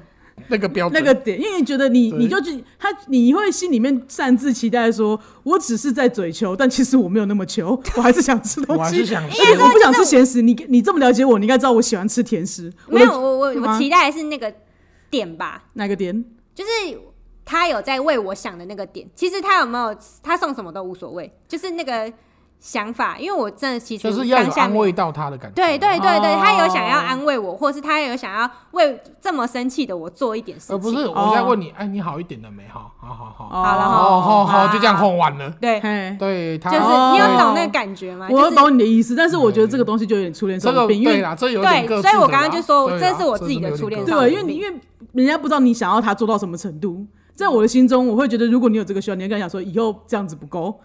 [SPEAKER 3] 那个标
[SPEAKER 1] 那
[SPEAKER 3] 准。
[SPEAKER 1] 个点，因为觉得你
[SPEAKER 3] 对
[SPEAKER 1] 你就去他，你会心里面擅自期待说，我只是在嘴求，但其实我没有那么 求，我还是想吃东
[SPEAKER 3] 我还
[SPEAKER 1] 西
[SPEAKER 3] 是。想吃
[SPEAKER 1] 而且我不想吃咸食，你你这么了解我，你应该知道我喜欢吃甜食。
[SPEAKER 2] 没
[SPEAKER 1] 的
[SPEAKER 2] 有我我
[SPEAKER 1] 是吗
[SPEAKER 2] 我期待的是那个点吧，
[SPEAKER 1] 哪个点？
[SPEAKER 2] 就是他有在为我想的那个点。其实他有没有他送什么都无所谓，就是那个想法，因为我真的其实
[SPEAKER 3] 就是要有
[SPEAKER 2] 当下
[SPEAKER 3] 安
[SPEAKER 2] 没有
[SPEAKER 3] 慰到他的感觉。
[SPEAKER 2] 对对对对，
[SPEAKER 1] 哦
[SPEAKER 2] 他有想要安慰我，或是他有想要为这么生气的我做一点事
[SPEAKER 3] 而
[SPEAKER 2] 情。
[SPEAKER 3] 不是我现在问你，哎，你好一点了没？好，好好好，
[SPEAKER 2] 哦好了
[SPEAKER 1] 哦
[SPEAKER 2] 哈
[SPEAKER 3] 好好好，
[SPEAKER 2] 好
[SPEAKER 3] 就这样哄完了。
[SPEAKER 2] 对，
[SPEAKER 1] 嘿，
[SPEAKER 3] 对他，
[SPEAKER 2] 就是
[SPEAKER 1] 哦
[SPEAKER 2] 你有
[SPEAKER 3] 对
[SPEAKER 2] 懂那个感觉吗？
[SPEAKER 1] 我
[SPEAKER 2] 就
[SPEAKER 1] 要
[SPEAKER 2] 是
[SPEAKER 1] 懂你的意思，但是我觉得这个东西就有点初恋
[SPEAKER 3] 这
[SPEAKER 1] 伤
[SPEAKER 3] 个
[SPEAKER 1] 病，因
[SPEAKER 3] 对
[SPEAKER 1] 为
[SPEAKER 3] 啦，这有
[SPEAKER 2] 对
[SPEAKER 3] 点各自
[SPEAKER 2] 所以我
[SPEAKER 3] 的
[SPEAKER 2] 刚刚
[SPEAKER 3] 啦
[SPEAKER 2] 就说
[SPEAKER 3] 对
[SPEAKER 2] 这
[SPEAKER 3] 啦
[SPEAKER 2] 是我
[SPEAKER 3] 这
[SPEAKER 2] 自己
[SPEAKER 3] 真
[SPEAKER 2] 的
[SPEAKER 3] 有
[SPEAKER 2] 初恋
[SPEAKER 3] 点各
[SPEAKER 2] 伤
[SPEAKER 3] 自
[SPEAKER 1] 对，因为你因为人家不知道你想要他做到什么程度，在我的心中，我会觉得如果你有这个需要，你要跟他讲说以后这样子不够，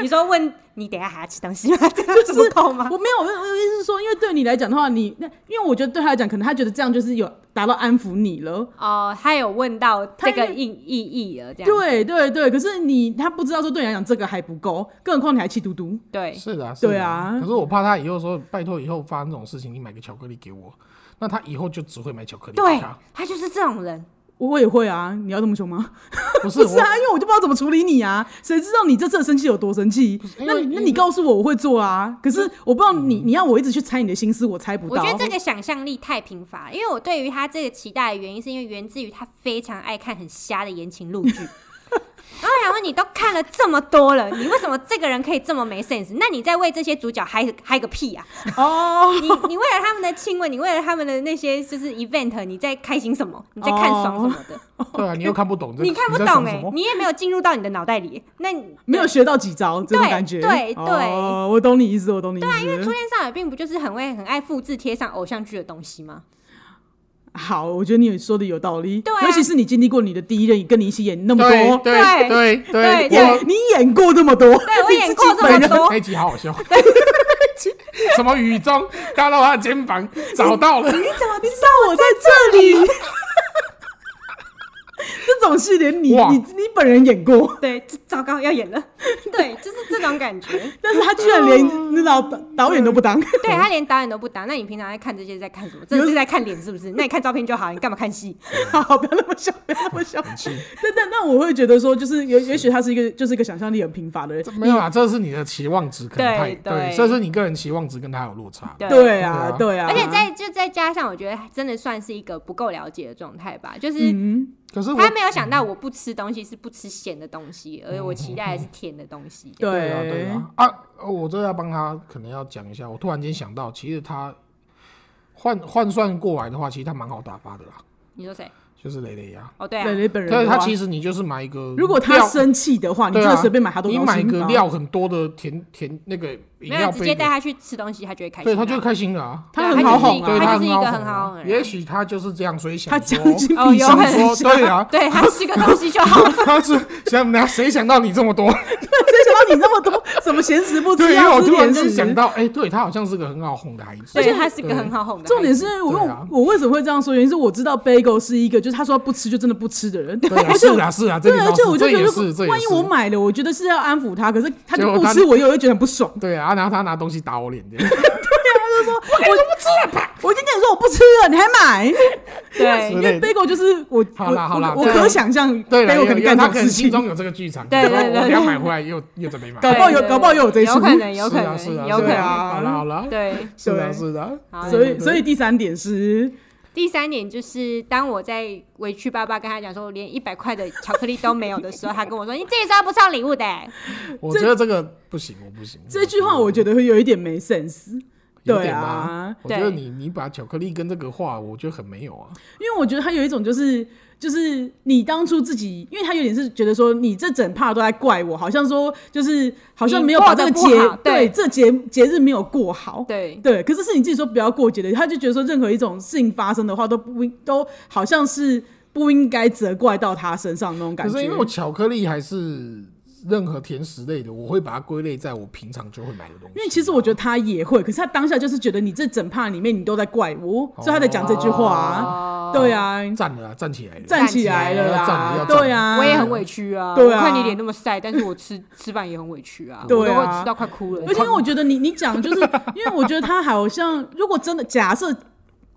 [SPEAKER 2] 你说问你等一下还要吃东西吗？ 这样子不够吗？
[SPEAKER 1] 我没有，我我的意思是说，因为对你来讲的话，你那因为我觉得对他来讲，可能他觉得这样就是有达到安抚你了。
[SPEAKER 2] 哦，他有问到
[SPEAKER 1] 他
[SPEAKER 2] 这
[SPEAKER 1] 应
[SPEAKER 2] 个
[SPEAKER 1] 该
[SPEAKER 2] 意意义了，这样
[SPEAKER 1] 对对对，可是你他不知道说对你来讲这个还不够，更何况你还气嘟嘟。
[SPEAKER 2] 对
[SPEAKER 3] 是的啊，
[SPEAKER 1] 对
[SPEAKER 3] 是的
[SPEAKER 1] 啊
[SPEAKER 3] 可是我怕他以后说，拜托以后发生这种事情，你买个巧克力给我，那他以后就只会买巧克力给
[SPEAKER 2] 对
[SPEAKER 3] 他。，
[SPEAKER 2] 他就是这种人，
[SPEAKER 1] 我我也会啊，你要这么凶吗？
[SPEAKER 3] 不是
[SPEAKER 1] 不 是
[SPEAKER 3] 我，
[SPEAKER 1] 啊，因为我就不知道怎么处理你啊，谁知道你这次的生气有多生气？
[SPEAKER 3] 因
[SPEAKER 1] 那
[SPEAKER 3] 为
[SPEAKER 1] 你那
[SPEAKER 3] 因
[SPEAKER 1] 你
[SPEAKER 3] 为
[SPEAKER 1] 告诉我，我会做啊。可是我不知道你你要我一直去猜你的心思，我猜不
[SPEAKER 2] 我
[SPEAKER 1] 到。
[SPEAKER 2] 觉 得这个想象力太贫乏了，因为我对于他这个期待的原因，是因为源自于他非常爱看很瞎的言情录剧。 然后我想问你都看了这么多了，你为什么这个人可以这么没 sense？那你在为这些主角嗨嗨个屁啊！
[SPEAKER 1] 哦，
[SPEAKER 2] 你你为了他们的亲吻，你为了他们的那些就是 event，你在开心什么？你在看爽什么的？
[SPEAKER 3] 对啊，你又看不懂这个，
[SPEAKER 2] 你看不
[SPEAKER 3] 在
[SPEAKER 2] 懂
[SPEAKER 3] 想
[SPEAKER 2] 哎、
[SPEAKER 3] 什么
[SPEAKER 2] 你也没有进入到你的脑袋里。 那你
[SPEAKER 1] 没有学到几招这种
[SPEAKER 2] 对
[SPEAKER 1] 感觉。
[SPEAKER 2] 对对啊
[SPEAKER 1] 哦，我懂你意思，我懂你意思。
[SPEAKER 2] 初恋少女并不就是很会很爱复制贴上偶像剧的东西吗？
[SPEAKER 1] 好，我觉得你也说的有道理。
[SPEAKER 2] 对啊
[SPEAKER 1] 尤其是你经历过你的第一任，跟你一起演那么
[SPEAKER 3] 对
[SPEAKER 1] 多，
[SPEAKER 3] 对对
[SPEAKER 2] 欸对
[SPEAKER 3] 对，我
[SPEAKER 1] 演你演过这么多，
[SPEAKER 2] 对我
[SPEAKER 1] 你自己
[SPEAKER 2] 演过这
[SPEAKER 1] 本
[SPEAKER 2] 么
[SPEAKER 1] 人
[SPEAKER 2] 多，
[SPEAKER 3] 那一集好好笑，什么雨中搭到他的肩膀，找到了，
[SPEAKER 1] 你怎么知道我在这 里？这种戏连你
[SPEAKER 3] 哇
[SPEAKER 1] 你你本人演过，
[SPEAKER 2] 对，这糟糕，要演了。 对，就是这种感 觉。
[SPEAKER 1] 但是他居然连那导导演都不当，
[SPEAKER 3] 嗯
[SPEAKER 2] 对他连导演都不当，那你平常在看这些在看什么？真的是在看脸是不是？那你看照片就好，你干嘛看 戏？
[SPEAKER 1] 好，不要那么笑，不要那么笑。
[SPEAKER 3] 气
[SPEAKER 1] 但但但我会觉得说，就是也也许他是一个就是一个想象力很贫乏的人
[SPEAKER 3] 这，没有啦，这是你的期望值可能
[SPEAKER 2] 对
[SPEAKER 3] 太
[SPEAKER 2] 对
[SPEAKER 3] 这是你个人期望值跟他有落差。
[SPEAKER 2] 对
[SPEAKER 1] 对啊对啊，
[SPEAKER 2] 而且再就再加上，我觉得真的算是一个不够了解的状态吧，就是
[SPEAKER 1] 嗯，
[SPEAKER 3] 可是我
[SPEAKER 2] 他没有想到我不吃东西是不吃咸的东西，而我期待的是甜的东西。
[SPEAKER 1] 对
[SPEAKER 3] 对啊，对啊，啊，呃我这要帮他，可能要讲一下。我突然间想到，其实他换换算过来的话，其实他蛮好打发的啦，
[SPEAKER 2] 你说谁？
[SPEAKER 3] 就是蕾蕾呀。
[SPEAKER 2] 哦，对啊
[SPEAKER 1] 蕾，蕾本人的
[SPEAKER 3] 但
[SPEAKER 1] 话，
[SPEAKER 3] 是他其实你就是买一个，
[SPEAKER 1] 如果他
[SPEAKER 3] 料，
[SPEAKER 1] 生气的话，你
[SPEAKER 3] 对
[SPEAKER 1] 真
[SPEAKER 3] 啊
[SPEAKER 1] 的随便买他都
[SPEAKER 3] 你
[SPEAKER 1] 高
[SPEAKER 3] 买一
[SPEAKER 1] 兴
[SPEAKER 3] 个
[SPEAKER 1] 吧
[SPEAKER 3] 料很多的甜甜那个饮
[SPEAKER 2] 没
[SPEAKER 3] 料
[SPEAKER 2] 有直接
[SPEAKER 3] 杯
[SPEAKER 2] 带
[SPEAKER 3] 的，
[SPEAKER 2] 他去吃东西，他就会开心
[SPEAKER 3] 对，
[SPEAKER 2] 啊。
[SPEAKER 3] 他就开心了啊。
[SPEAKER 1] 他很
[SPEAKER 2] 对
[SPEAKER 1] 好
[SPEAKER 2] 他就是
[SPEAKER 1] 哄
[SPEAKER 2] 一
[SPEAKER 1] 啊
[SPEAKER 2] 个，
[SPEAKER 3] 对
[SPEAKER 2] 他
[SPEAKER 3] 他
[SPEAKER 2] 就是一
[SPEAKER 3] 好
[SPEAKER 2] 个
[SPEAKER 3] 哄
[SPEAKER 2] 很好
[SPEAKER 3] 啊
[SPEAKER 2] 哄的人
[SPEAKER 3] 也许他就是这样，所以想
[SPEAKER 1] 他
[SPEAKER 3] 说
[SPEAKER 1] 将心
[SPEAKER 2] 哦
[SPEAKER 1] 比
[SPEAKER 2] 有
[SPEAKER 1] 心
[SPEAKER 2] 可，能，
[SPEAKER 3] 说 对啊
[SPEAKER 2] 对他吃个东西就好。
[SPEAKER 3] 他是想哪谁想到你这么多？
[SPEAKER 1] 谁想到你那么多什么闲食不
[SPEAKER 3] 对，
[SPEAKER 1] 吃
[SPEAKER 3] 因为
[SPEAKER 1] 要
[SPEAKER 3] 我
[SPEAKER 1] 吃
[SPEAKER 3] 突然
[SPEAKER 1] 甜
[SPEAKER 3] 间
[SPEAKER 1] 食？
[SPEAKER 3] 想到，哎，对他好像是个很好哄的孩子，
[SPEAKER 2] 而且他是个
[SPEAKER 3] 对
[SPEAKER 2] 很好哄的孩子。
[SPEAKER 1] 重点是我
[SPEAKER 3] 对啊
[SPEAKER 1] 我我为什么会这样说？原因是我知道 Bagel 是一个，就是他说不吃就真的不吃的人，
[SPEAKER 3] 对啊，
[SPEAKER 1] 而且
[SPEAKER 3] 是
[SPEAKER 1] 我
[SPEAKER 3] 啊是啊，这
[SPEAKER 1] 对，
[SPEAKER 3] 里
[SPEAKER 1] 而
[SPEAKER 3] 倒
[SPEAKER 1] 且
[SPEAKER 3] 是
[SPEAKER 1] 我就
[SPEAKER 3] 这
[SPEAKER 1] 觉
[SPEAKER 3] 也
[SPEAKER 1] 得
[SPEAKER 3] 是
[SPEAKER 1] 说，
[SPEAKER 3] 这也
[SPEAKER 1] 万一我
[SPEAKER 3] 是。
[SPEAKER 1] 买了，我觉得是要安抚他，可是他
[SPEAKER 3] 结
[SPEAKER 1] 就
[SPEAKER 3] 果
[SPEAKER 1] 不
[SPEAKER 3] 他
[SPEAKER 1] 吃，我又会觉得很不爽。
[SPEAKER 3] 对啊，然后他拿东西打我脸，这样
[SPEAKER 1] 我已经跟你说我不吃了，你还买？
[SPEAKER 2] 对
[SPEAKER 1] 因为 Bagel 就是我，
[SPEAKER 3] 好啦
[SPEAKER 1] 我
[SPEAKER 3] 好啦
[SPEAKER 1] 我我
[SPEAKER 3] 对啊
[SPEAKER 1] 可想象
[SPEAKER 3] 对了，
[SPEAKER 1] Bagel 可能
[SPEAKER 3] 因为
[SPEAKER 1] 干
[SPEAKER 3] 他
[SPEAKER 1] 这
[SPEAKER 3] 可
[SPEAKER 1] 种
[SPEAKER 3] 能
[SPEAKER 1] 事
[SPEAKER 3] 心
[SPEAKER 1] 情。
[SPEAKER 3] 中有这个剧 场，
[SPEAKER 2] 对
[SPEAKER 3] 可
[SPEAKER 2] 对
[SPEAKER 3] 能我
[SPEAKER 2] 对
[SPEAKER 3] 我
[SPEAKER 2] 对
[SPEAKER 3] 要买回来又又准备买，
[SPEAKER 1] 搞不好有
[SPEAKER 2] 对对
[SPEAKER 1] 搞不好有这一出
[SPEAKER 2] 有 可能，有可
[SPEAKER 3] 是啊是
[SPEAKER 2] 能，
[SPEAKER 3] 啊，
[SPEAKER 2] 有可
[SPEAKER 3] 是
[SPEAKER 1] 对
[SPEAKER 2] 能。
[SPEAKER 1] 啊
[SPEAKER 3] 好了好了，
[SPEAKER 2] 对，
[SPEAKER 3] 是的
[SPEAKER 1] 对
[SPEAKER 3] 是啊的，
[SPEAKER 2] 好
[SPEAKER 1] 所
[SPEAKER 3] 对
[SPEAKER 1] 以，
[SPEAKER 3] 对
[SPEAKER 1] 所以第三点是，
[SPEAKER 2] 第三点就是，当我在委屈巴巴跟他讲说，我连一百块的巧克力都没有的时候，他跟 我说：“你自己说不送礼物的、
[SPEAKER 3] 我觉得这个不行，我不行。
[SPEAKER 1] 这句话，我觉得会有一点没 sense。
[SPEAKER 3] 有
[SPEAKER 1] 对
[SPEAKER 3] 点吧，
[SPEAKER 1] 啊，
[SPEAKER 3] 我觉
[SPEAKER 2] 对
[SPEAKER 3] 得你你把巧克力跟这个话，我觉得很没有啊。
[SPEAKER 1] 因为我觉得他有一种就是就是你当初自己，因为他有点是觉得说你这整趴都在怪我，好像说就是好像没有把这个
[SPEAKER 2] 你
[SPEAKER 1] 节
[SPEAKER 2] 过得不好对
[SPEAKER 1] 这节节日没有过好。
[SPEAKER 2] 对
[SPEAKER 1] 对，可是是你自己说不要过节的，他就觉得说任何一种事情发生的话，都不都好像是不应该责怪到他身上那种感
[SPEAKER 3] 可
[SPEAKER 1] 觉
[SPEAKER 3] 是因为。我巧克力还是任何甜食类的，我会把它归类在我平常就会买的东西。啊
[SPEAKER 1] 因为其实我觉得他也会，可是他当下就是觉得你这整趴里面你都在怪我，所以他在讲 这句话、啊。
[SPEAKER 2] 哦
[SPEAKER 1] 对啊，
[SPEAKER 3] 站了啊，站起来了，
[SPEAKER 1] 站起来了
[SPEAKER 3] 要站
[SPEAKER 1] 啦
[SPEAKER 3] 要，站
[SPEAKER 1] 对啊，
[SPEAKER 2] 我也很委屈啊！
[SPEAKER 1] 对
[SPEAKER 2] 我
[SPEAKER 1] 啊
[SPEAKER 2] 看你脸那么晒，但是我吃吃饭也很委屈啊，
[SPEAKER 1] 对啊
[SPEAKER 2] 我都会吃到快哭了
[SPEAKER 1] 而。且因为我觉得你你讲就是， 因为我觉得他好像，如果真的假设，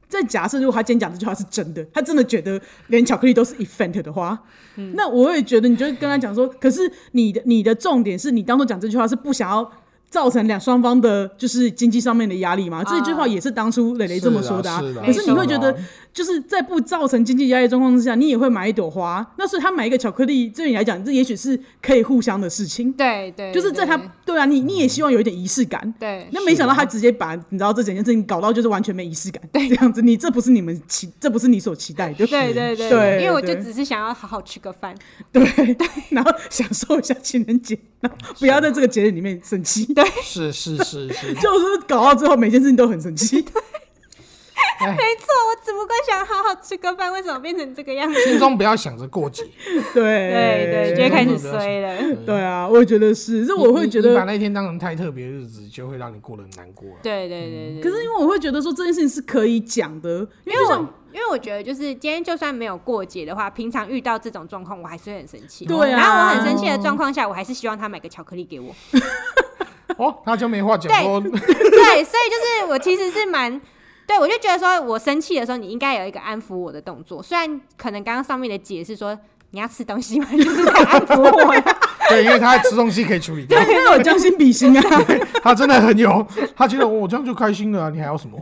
[SPEAKER 1] 在假设如果他今天讲这句话是真的，他真的觉得连巧克力都是 event 的话，
[SPEAKER 2] 嗯
[SPEAKER 1] 那我也觉得你就跟他讲说，可是你的你的重点是你当初讲这句话是不想要。造成两双方的就是经济上面的压力嘛，这句
[SPEAKER 2] 啊
[SPEAKER 1] 话也是当初磊磊这么说的啊。
[SPEAKER 3] 是啊是啊
[SPEAKER 1] 可是你会觉得
[SPEAKER 3] 没错啊，
[SPEAKER 1] 就是在不造成经济压力的状况之下，你也会买一朵花。那所以他买一个巧克力，对你来讲，这也许是可以互相的事情。
[SPEAKER 2] 对对，
[SPEAKER 1] 就是在他
[SPEAKER 2] 对
[SPEAKER 1] 对啊，你你也希望有一点仪式感。
[SPEAKER 2] 对
[SPEAKER 1] 那没想到他直接把你知道这整件事情搞到就是完全没仪式感，对，这样子你这不是你们期，这不是你所期待的，
[SPEAKER 2] 对对 对
[SPEAKER 1] 对
[SPEAKER 2] 因为我就
[SPEAKER 1] 对
[SPEAKER 2] 只是想要好好吃个饭，
[SPEAKER 1] 对，然后享受一下情人节，然后不要在这个节日里面生气，对，
[SPEAKER 3] 是是是是，
[SPEAKER 1] 就是搞到最后每件事情都很生气，
[SPEAKER 3] 哎，
[SPEAKER 2] 没错，我只不过想好好吃个饭，为什么变成这个样子？
[SPEAKER 3] 心中不要想着过节，
[SPEAKER 2] 对
[SPEAKER 1] 对
[SPEAKER 2] 对，就会开始
[SPEAKER 3] 真的不要
[SPEAKER 2] 衰了。
[SPEAKER 1] 对啊，我也觉得是， 这我会觉
[SPEAKER 3] 你你
[SPEAKER 1] 得
[SPEAKER 3] 把那天当成太特别的日子，就会让你过得很难过啊 了。
[SPEAKER 2] 对对对对，
[SPEAKER 1] 可是因为我会觉得说这件事情是可以讲的，因为
[SPEAKER 2] 因为
[SPEAKER 1] 就像
[SPEAKER 2] 我因为我觉得就是今天就算没有过节的话，平常遇到这种状况，我还是会很生气。
[SPEAKER 1] 对啊
[SPEAKER 2] 然后我很生气的状况下，我还是希望他买个巧克力给我。
[SPEAKER 3] 哦，他就没话讲 说，
[SPEAKER 2] 对，所以就是我其实是蛮。对，我就觉得说，我生气的时候，你应该有一个安抚我的动作。虽然可能刚刚上面的解释说你要吃东西嘛， 就是在安抚我呀。
[SPEAKER 3] 对，因为他吃东西可以 处理掉
[SPEAKER 1] 他，应该有将心比心啊，
[SPEAKER 3] 他真的很有，他觉得我这样就开心了啊，你还要什么？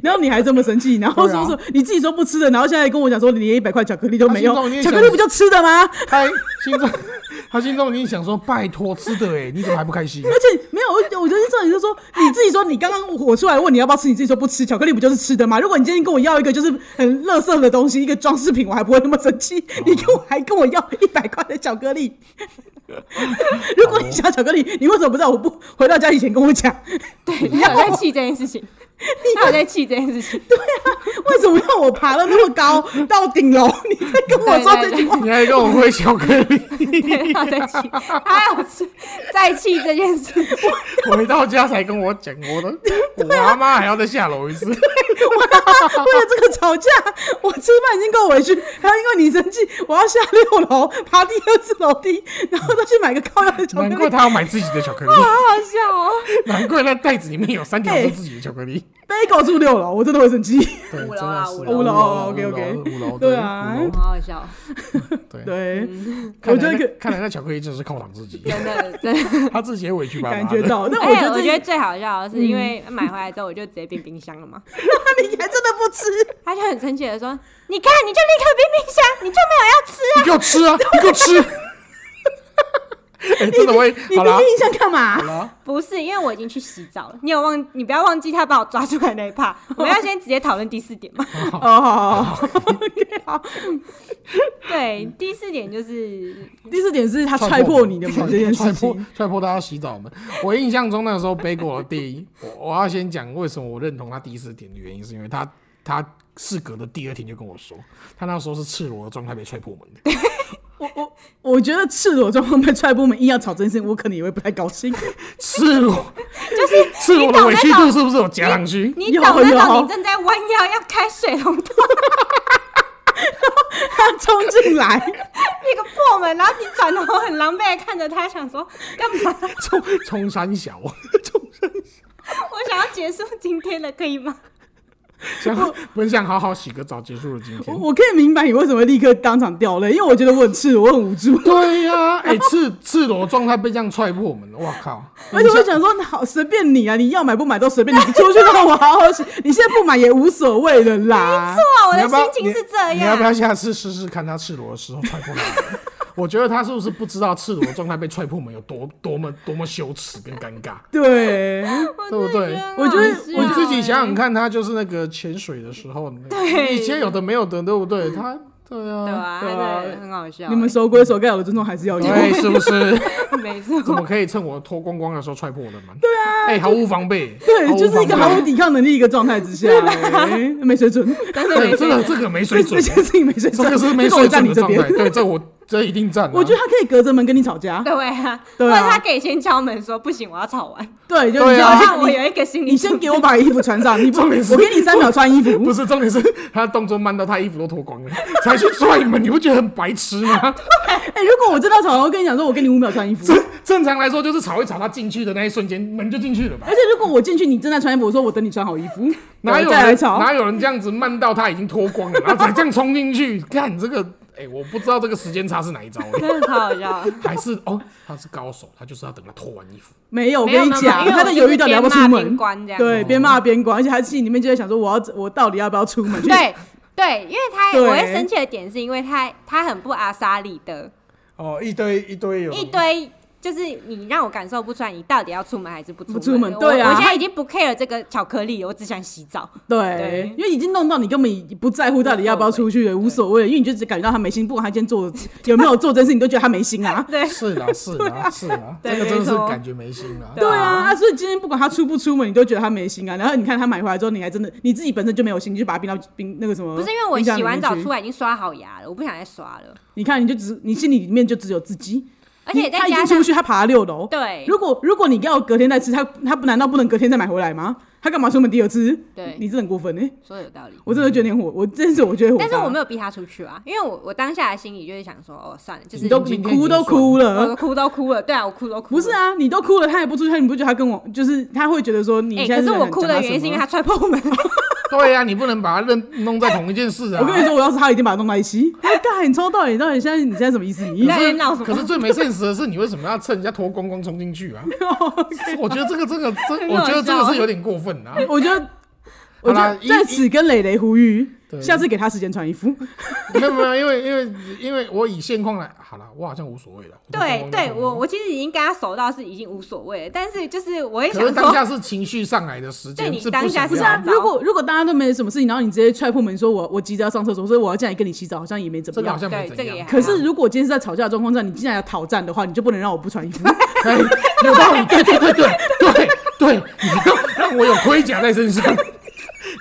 [SPEAKER 1] 然后你还这么生气，然后说说你自己说不吃的，然后现在跟我讲说你连一百块巧克力都没有
[SPEAKER 3] 他心中一定，
[SPEAKER 1] 巧
[SPEAKER 3] 想
[SPEAKER 1] 克力不就吃的吗？
[SPEAKER 3] 他心中 他心中已经想说，拜托吃的哎，你怎么还不开心？
[SPEAKER 1] 而且没有，我我觉得这种你就说你自己说，你刚刚我出来问你要不要吃，你自己说不吃，巧克力不就是吃的吗？如果你今天跟我要一个就是很垃圾的东西，一个装饰品，我还不会那么生气。你跟我还跟我要一百块的巧克力，如果你想要巧克力，你为什么不知道？我不回到家以前跟我讲，
[SPEAKER 2] 对，他有在气这件事 情，他有在气这件事情。
[SPEAKER 1] 啊为什么要我爬到那么高到顶楼，你再跟我说这句话？
[SPEAKER 3] 你还跟我挥巧克力，
[SPEAKER 2] 对，他有在气，他有吃在气这件事情。
[SPEAKER 3] 回到家才跟我讲，我的我妈妈还要再下楼一次。
[SPEAKER 1] 为了这个吵架，我吃饭已经够委屈，还要因为你生气，我要下六楼爬第二次楼梯，然后再去买个高腰的巧克
[SPEAKER 3] 难
[SPEAKER 1] 力
[SPEAKER 3] 怪。他要买自己的 巧克力，
[SPEAKER 2] 好好笑哦！
[SPEAKER 3] 难怪那袋子里面有三条是自己的巧 克力。
[SPEAKER 1] bagel 住六楼，我真的会生 气。
[SPEAKER 3] 对，
[SPEAKER 2] 五
[SPEAKER 3] 真
[SPEAKER 2] 楼啊
[SPEAKER 3] 的是
[SPEAKER 1] 五楼
[SPEAKER 3] 楼
[SPEAKER 1] ，OK，OK
[SPEAKER 3] 五楼
[SPEAKER 1] 对啊哎
[SPEAKER 3] 五楼
[SPEAKER 2] 好好笑，哦
[SPEAKER 3] 对。
[SPEAKER 1] 对，我
[SPEAKER 3] 看来
[SPEAKER 1] 觉得
[SPEAKER 3] 那
[SPEAKER 1] 可
[SPEAKER 3] 看来那巧克力真的是犒赏 自己，
[SPEAKER 2] 真的真的。
[SPEAKER 3] 他自己也委屈巴巴的
[SPEAKER 1] 感觉。到。但
[SPEAKER 2] 哎，
[SPEAKER 1] 我觉得
[SPEAKER 2] 我
[SPEAKER 1] 这
[SPEAKER 2] 觉得嗯最好笑的是，因为买回来之后我就直接冰冰箱了嘛，
[SPEAKER 1] 你还真的不吃，
[SPEAKER 2] 他就很生气的说：“你看，你就立刻冰冰箱，你就没有要吃啊
[SPEAKER 3] 你给我吃啊！你给我 吃！哎，真的会
[SPEAKER 1] 你
[SPEAKER 3] 好
[SPEAKER 1] 冰
[SPEAKER 3] 啦
[SPEAKER 1] 冰箱干
[SPEAKER 3] 好
[SPEAKER 1] 嘛？
[SPEAKER 3] 啦，！”
[SPEAKER 2] 不是，因为我已经去洗澡了。你有忘？你不要忘记他把我抓出来那一 趴。我们要先直接讨论第四点嘛？
[SPEAKER 1] 哦好，好好 OK，好。
[SPEAKER 2] 对，第四点就是
[SPEAKER 1] 第四点 是他踹破你的门这件
[SPEAKER 3] 踹
[SPEAKER 1] 事
[SPEAKER 3] 破
[SPEAKER 1] 情。
[SPEAKER 3] 踹破他要洗澡门。我印象中那时候背过的第一，我我要先讲为什么我认同他第四点的原因，是因为他他事隔的第二天就跟我说，他那时候是赤裸的状态被踹破门的。
[SPEAKER 1] 我我我觉得赤裸状况被踹破门，硬要吵这件事情，我可能也会不太高兴。
[SPEAKER 3] 赤裸，就是 赤裸的委屈度是不是有加上去？
[SPEAKER 2] 你
[SPEAKER 1] 有
[SPEAKER 2] 懂那
[SPEAKER 1] 有
[SPEAKER 2] 种你正在弯腰要开水龙头
[SPEAKER 1] 他冲进来，
[SPEAKER 2] 那个破门，然后你转头很狼狈的看着他，想说干嘛？
[SPEAKER 3] 冲冲山小，
[SPEAKER 2] 我想要结束今天了，可以吗？
[SPEAKER 3] 想本想好好洗个澡，结束了今
[SPEAKER 1] 我
[SPEAKER 3] 天。
[SPEAKER 1] 我可以明白你为什么会立刻当场掉泪，因为我觉得我很赤裸，我很无助。
[SPEAKER 3] 对呀、哎、赤赤裸状态被这样踹破门，我靠！
[SPEAKER 1] 而且我想说，好随便你啊，你要买不买都随便你，你出去让我好好洗。你现在不买也无所谓的啦。
[SPEAKER 2] 哇，我
[SPEAKER 3] 你
[SPEAKER 2] 的
[SPEAKER 3] 要不要
[SPEAKER 2] 心情是 这
[SPEAKER 3] 你。你要
[SPEAKER 2] 样。
[SPEAKER 3] 不
[SPEAKER 1] 哎
[SPEAKER 3] 要下次试试看他赤裸的时候踹破门？ 我觉得他是不是不知道赤裸的状态被踹破门有多多么多么羞耻跟尴尬？
[SPEAKER 1] 对，
[SPEAKER 3] 对不对
[SPEAKER 1] 我觉得
[SPEAKER 2] 很好
[SPEAKER 3] 我自己
[SPEAKER 2] 笑
[SPEAKER 3] 想想看，他就是那个潜水的时候，
[SPEAKER 2] 对
[SPEAKER 3] 一些有的没有的，对不对？他对
[SPEAKER 2] 对
[SPEAKER 3] 啊，
[SPEAKER 2] 啊，
[SPEAKER 1] 对
[SPEAKER 2] 对
[SPEAKER 1] 啊
[SPEAKER 2] 很好笑欸。
[SPEAKER 1] 你们守规守该有的尊重还是要有。
[SPEAKER 3] 哎对，是不是？
[SPEAKER 2] 没错，
[SPEAKER 3] 怎么可以趁我脱光光的时候踹破我的门？对啊，哎，毫无防备，毫
[SPEAKER 1] 对，
[SPEAKER 3] 无
[SPEAKER 1] 就是一个
[SPEAKER 3] 防备
[SPEAKER 1] 毫无抵抗能力一个状态之下，哎没水准，
[SPEAKER 2] 真的没
[SPEAKER 3] 对，
[SPEAKER 2] 错
[SPEAKER 3] 哎这。个这个没啊水
[SPEAKER 1] 这
[SPEAKER 3] 准，啊
[SPEAKER 1] 件事情没水
[SPEAKER 3] 这
[SPEAKER 1] 准，
[SPEAKER 3] 个是没
[SPEAKER 1] 这个我
[SPEAKER 3] 水
[SPEAKER 1] 站
[SPEAKER 3] 准
[SPEAKER 1] 你
[SPEAKER 3] 的
[SPEAKER 1] 这
[SPEAKER 3] 状
[SPEAKER 1] 边
[SPEAKER 3] 态。。对，这我这一定占啊。
[SPEAKER 1] 我觉得他可以隔着门跟你吵架，
[SPEAKER 2] 对啊，
[SPEAKER 1] 对啊
[SPEAKER 2] 或者他可以先敲门说不行，我要吵完，
[SPEAKER 1] 对，就
[SPEAKER 3] 对
[SPEAKER 1] 你好
[SPEAKER 3] 啊
[SPEAKER 2] 让
[SPEAKER 1] 像
[SPEAKER 2] 我
[SPEAKER 1] 你
[SPEAKER 2] 有一个心理
[SPEAKER 1] 你先
[SPEAKER 2] 准备
[SPEAKER 1] 给我把衣服穿上，你不，
[SPEAKER 3] 重点是
[SPEAKER 1] 我给你三秒穿衣服，
[SPEAKER 3] 不是重点是他动作慢到他衣服都脱光了， 才去踹门，你不觉得很白痴吗？
[SPEAKER 1] 哎、如果我真的要吵，我跟你讲说，我给你五秒穿衣服。
[SPEAKER 3] 正正常来说就是吵一吵，他进去的那一瞬间门就进去了吧
[SPEAKER 1] 而？且如果我进去，你正在穿衣服，我说我等你穿好衣服，
[SPEAKER 3] 哪有
[SPEAKER 1] 再来
[SPEAKER 3] 人
[SPEAKER 1] 吵？
[SPEAKER 3] 哪有人这样子慢到他已经脱光了， 然后才这样冲进去？看这个，哎、我不知道这个时间差是哪一招、欸，
[SPEAKER 2] 真的超好笑。
[SPEAKER 3] 还是哦，他是高手，他就是要等他脱完衣服。
[SPEAKER 1] 没 有，我
[SPEAKER 2] 没有
[SPEAKER 1] 跟你
[SPEAKER 2] 没有
[SPEAKER 1] 讲，
[SPEAKER 2] 没有
[SPEAKER 1] 他在犹豫到底要不要出
[SPEAKER 2] 就是边骂边
[SPEAKER 1] 门
[SPEAKER 2] 关这，样
[SPEAKER 1] 对，边骂边关，而且他心里面就在想说，我要我到底要不要出门？就是，
[SPEAKER 2] 对对，因为他
[SPEAKER 1] 对
[SPEAKER 2] 我会生气的点是因为他他很不阿莎里的，
[SPEAKER 3] 哦，一堆一堆有
[SPEAKER 2] 一堆就是你让我感受不出来，你到底要出门还是不出门？
[SPEAKER 1] 不出门
[SPEAKER 2] 我
[SPEAKER 1] 对啊
[SPEAKER 2] 我现
[SPEAKER 1] 他
[SPEAKER 2] 在已经不 care 这个巧克力了，我只想洗澡。
[SPEAKER 1] 对
[SPEAKER 2] 对，
[SPEAKER 1] 因为已经弄到你根本已不在乎到底要不要出去了，无所谓了，因为你就只感觉到他没心，不管他今天做有没有做真事，你都觉得他没心 啊。
[SPEAKER 2] 对
[SPEAKER 3] 是啦是啦是 啦，
[SPEAKER 2] 对
[SPEAKER 3] 这个真的是
[SPEAKER 2] 没错
[SPEAKER 3] 感觉没心啦。
[SPEAKER 1] 对啊，啊所以今天不管他出不出门，你都觉得他没心啊。然后你看他买回来之后，你还真的你自己本身就没有心，你就把它冰到冰那个什么？
[SPEAKER 2] 不是因为我洗完澡出
[SPEAKER 1] 来，
[SPEAKER 2] 来已经刷好牙了，我不想再刷了，
[SPEAKER 1] 你看你就只你心里里面就只有自己，
[SPEAKER 2] 而且
[SPEAKER 1] 你
[SPEAKER 2] 再
[SPEAKER 1] 他已
[SPEAKER 2] 加
[SPEAKER 1] 经
[SPEAKER 2] 上
[SPEAKER 1] 出去，他爬了六楼，
[SPEAKER 2] 对
[SPEAKER 1] 如果如果你要隔天再吃，他他不难道不能隔天再买回来吗？他干嘛出门第二次？
[SPEAKER 2] 对
[SPEAKER 1] 你真的很过分哎、
[SPEAKER 2] 说的有道理。
[SPEAKER 1] 我真的觉得你很火，我真是我觉得火大。
[SPEAKER 2] 但是我没有逼他出去啊，因为我我当下的心里就是想说，哦，算了，就是
[SPEAKER 1] 你都
[SPEAKER 3] 今
[SPEAKER 1] 你
[SPEAKER 3] 天已
[SPEAKER 1] 哭
[SPEAKER 3] 经
[SPEAKER 1] 都哭
[SPEAKER 2] 我
[SPEAKER 1] 了，
[SPEAKER 2] 哭都哭了，对啊，我哭都哭
[SPEAKER 1] 不
[SPEAKER 2] 了。
[SPEAKER 1] 是啊？你都哭了，他也不出去，你不觉得他跟我就是他会觉得说你
[SPEAKER 2] 哎、
[SPEAKER 1] 现在
[SPEAKER 2] 可是
[SPEAKER 1] 在
[SPEAKER 2] 我哭
[SPEAKER 1] 讲什
[SPEAKER 2] 的原因是因为
[SPEAKER 1] 么
[SPEAKER 2] 他踹破 门，
[SPEAKER 3] 对呀、你不能把它弄弄在同一件事啊。
[SPEAKER 1] 我跟你说，我要是他一定把他弄在一起。哎干，你抽到你到底现在你现在什么意思？ 你
[SPEAKER 2] 在那边闹什么？
[SPEAKER 3] 可是最没 sense 的是，你为什么要趁人家脱光光冲 进去啊？我觉得这个这个这，
[SPEAKER 2] 很
[SPEAKER 3] 我
[SPEAKER 2] 好
[SPEAKER 3] 觉得这
[SPEAKER 2] 笑
[SPEAKER 3] 个是有点过分啊。
[SPEAKER 1] 我觉得。
[SPEAKER 3] 好
[SPEAKER 1] 我觉
[SPEAKER 3] 啦
[SPEAKER 1] 得
[SPEAKER 3] 一
[SPEAKER 1] 在此跟磊磊呼吁，
[SPEAKER 3] 对
[SPEAKER 1] 下次给他时间穿衣服。
[SPEAKER 3] 没有没有，因为因为因为我以现况来，好了，我好像无所谓了。我脱光
[SPEAKER 2] 对
[SPEAKER 3] 光
[SPEAKER 2] 对，
[SPEAKER 3] 就脱
[SPEAKER 2] 我
[SPEAKER 3] 光
[SPEAKER 2] 我其实已经跟他熟到是已经无所谓了，但是就是我也想
[SPEAKER 3] 光可是当
[SPEAKER 2] 说，
[SPEAKER 3] 下是情绪上来的时间，
[SPEAKER 2] 对你
[SPEAKER 3] 是
[SPEAKER 2] 当下
[SPEAKER 3] 想
[SPEAKER 2] 是
[SPEAKER 1] 不是
[SPEAKER 3] 要
[SPEAKER 1] 啊，
[SPEAKER 2] 糟
[SPEAKER 1] 如果如果大家都没什么事情，然后你直接踹破门说我我急着要上厕所，所以我要进来跟你洗澡，好像也没怎
[SPEAKER 3] 这
[SPEAKER 1] 么
[SPEAKER 3] 个好
[SPEAKER 1] 样。
[SPEAKER 3] 像没
[SPEAKER 2] 对
[SPEAKER 3] 怎
[SPEAKER 2] 这个也
[SPEAKER 3] 样
[SPEAKER 2] 还，
[SPEAKER 1] 可是如果今天是在吵架的状况下，你进来要讨战的话，你就不能让我不穿衣服。
[SPEAKER 3] 哎有道理，对对对对对对，你不要让我有盔甲在身上。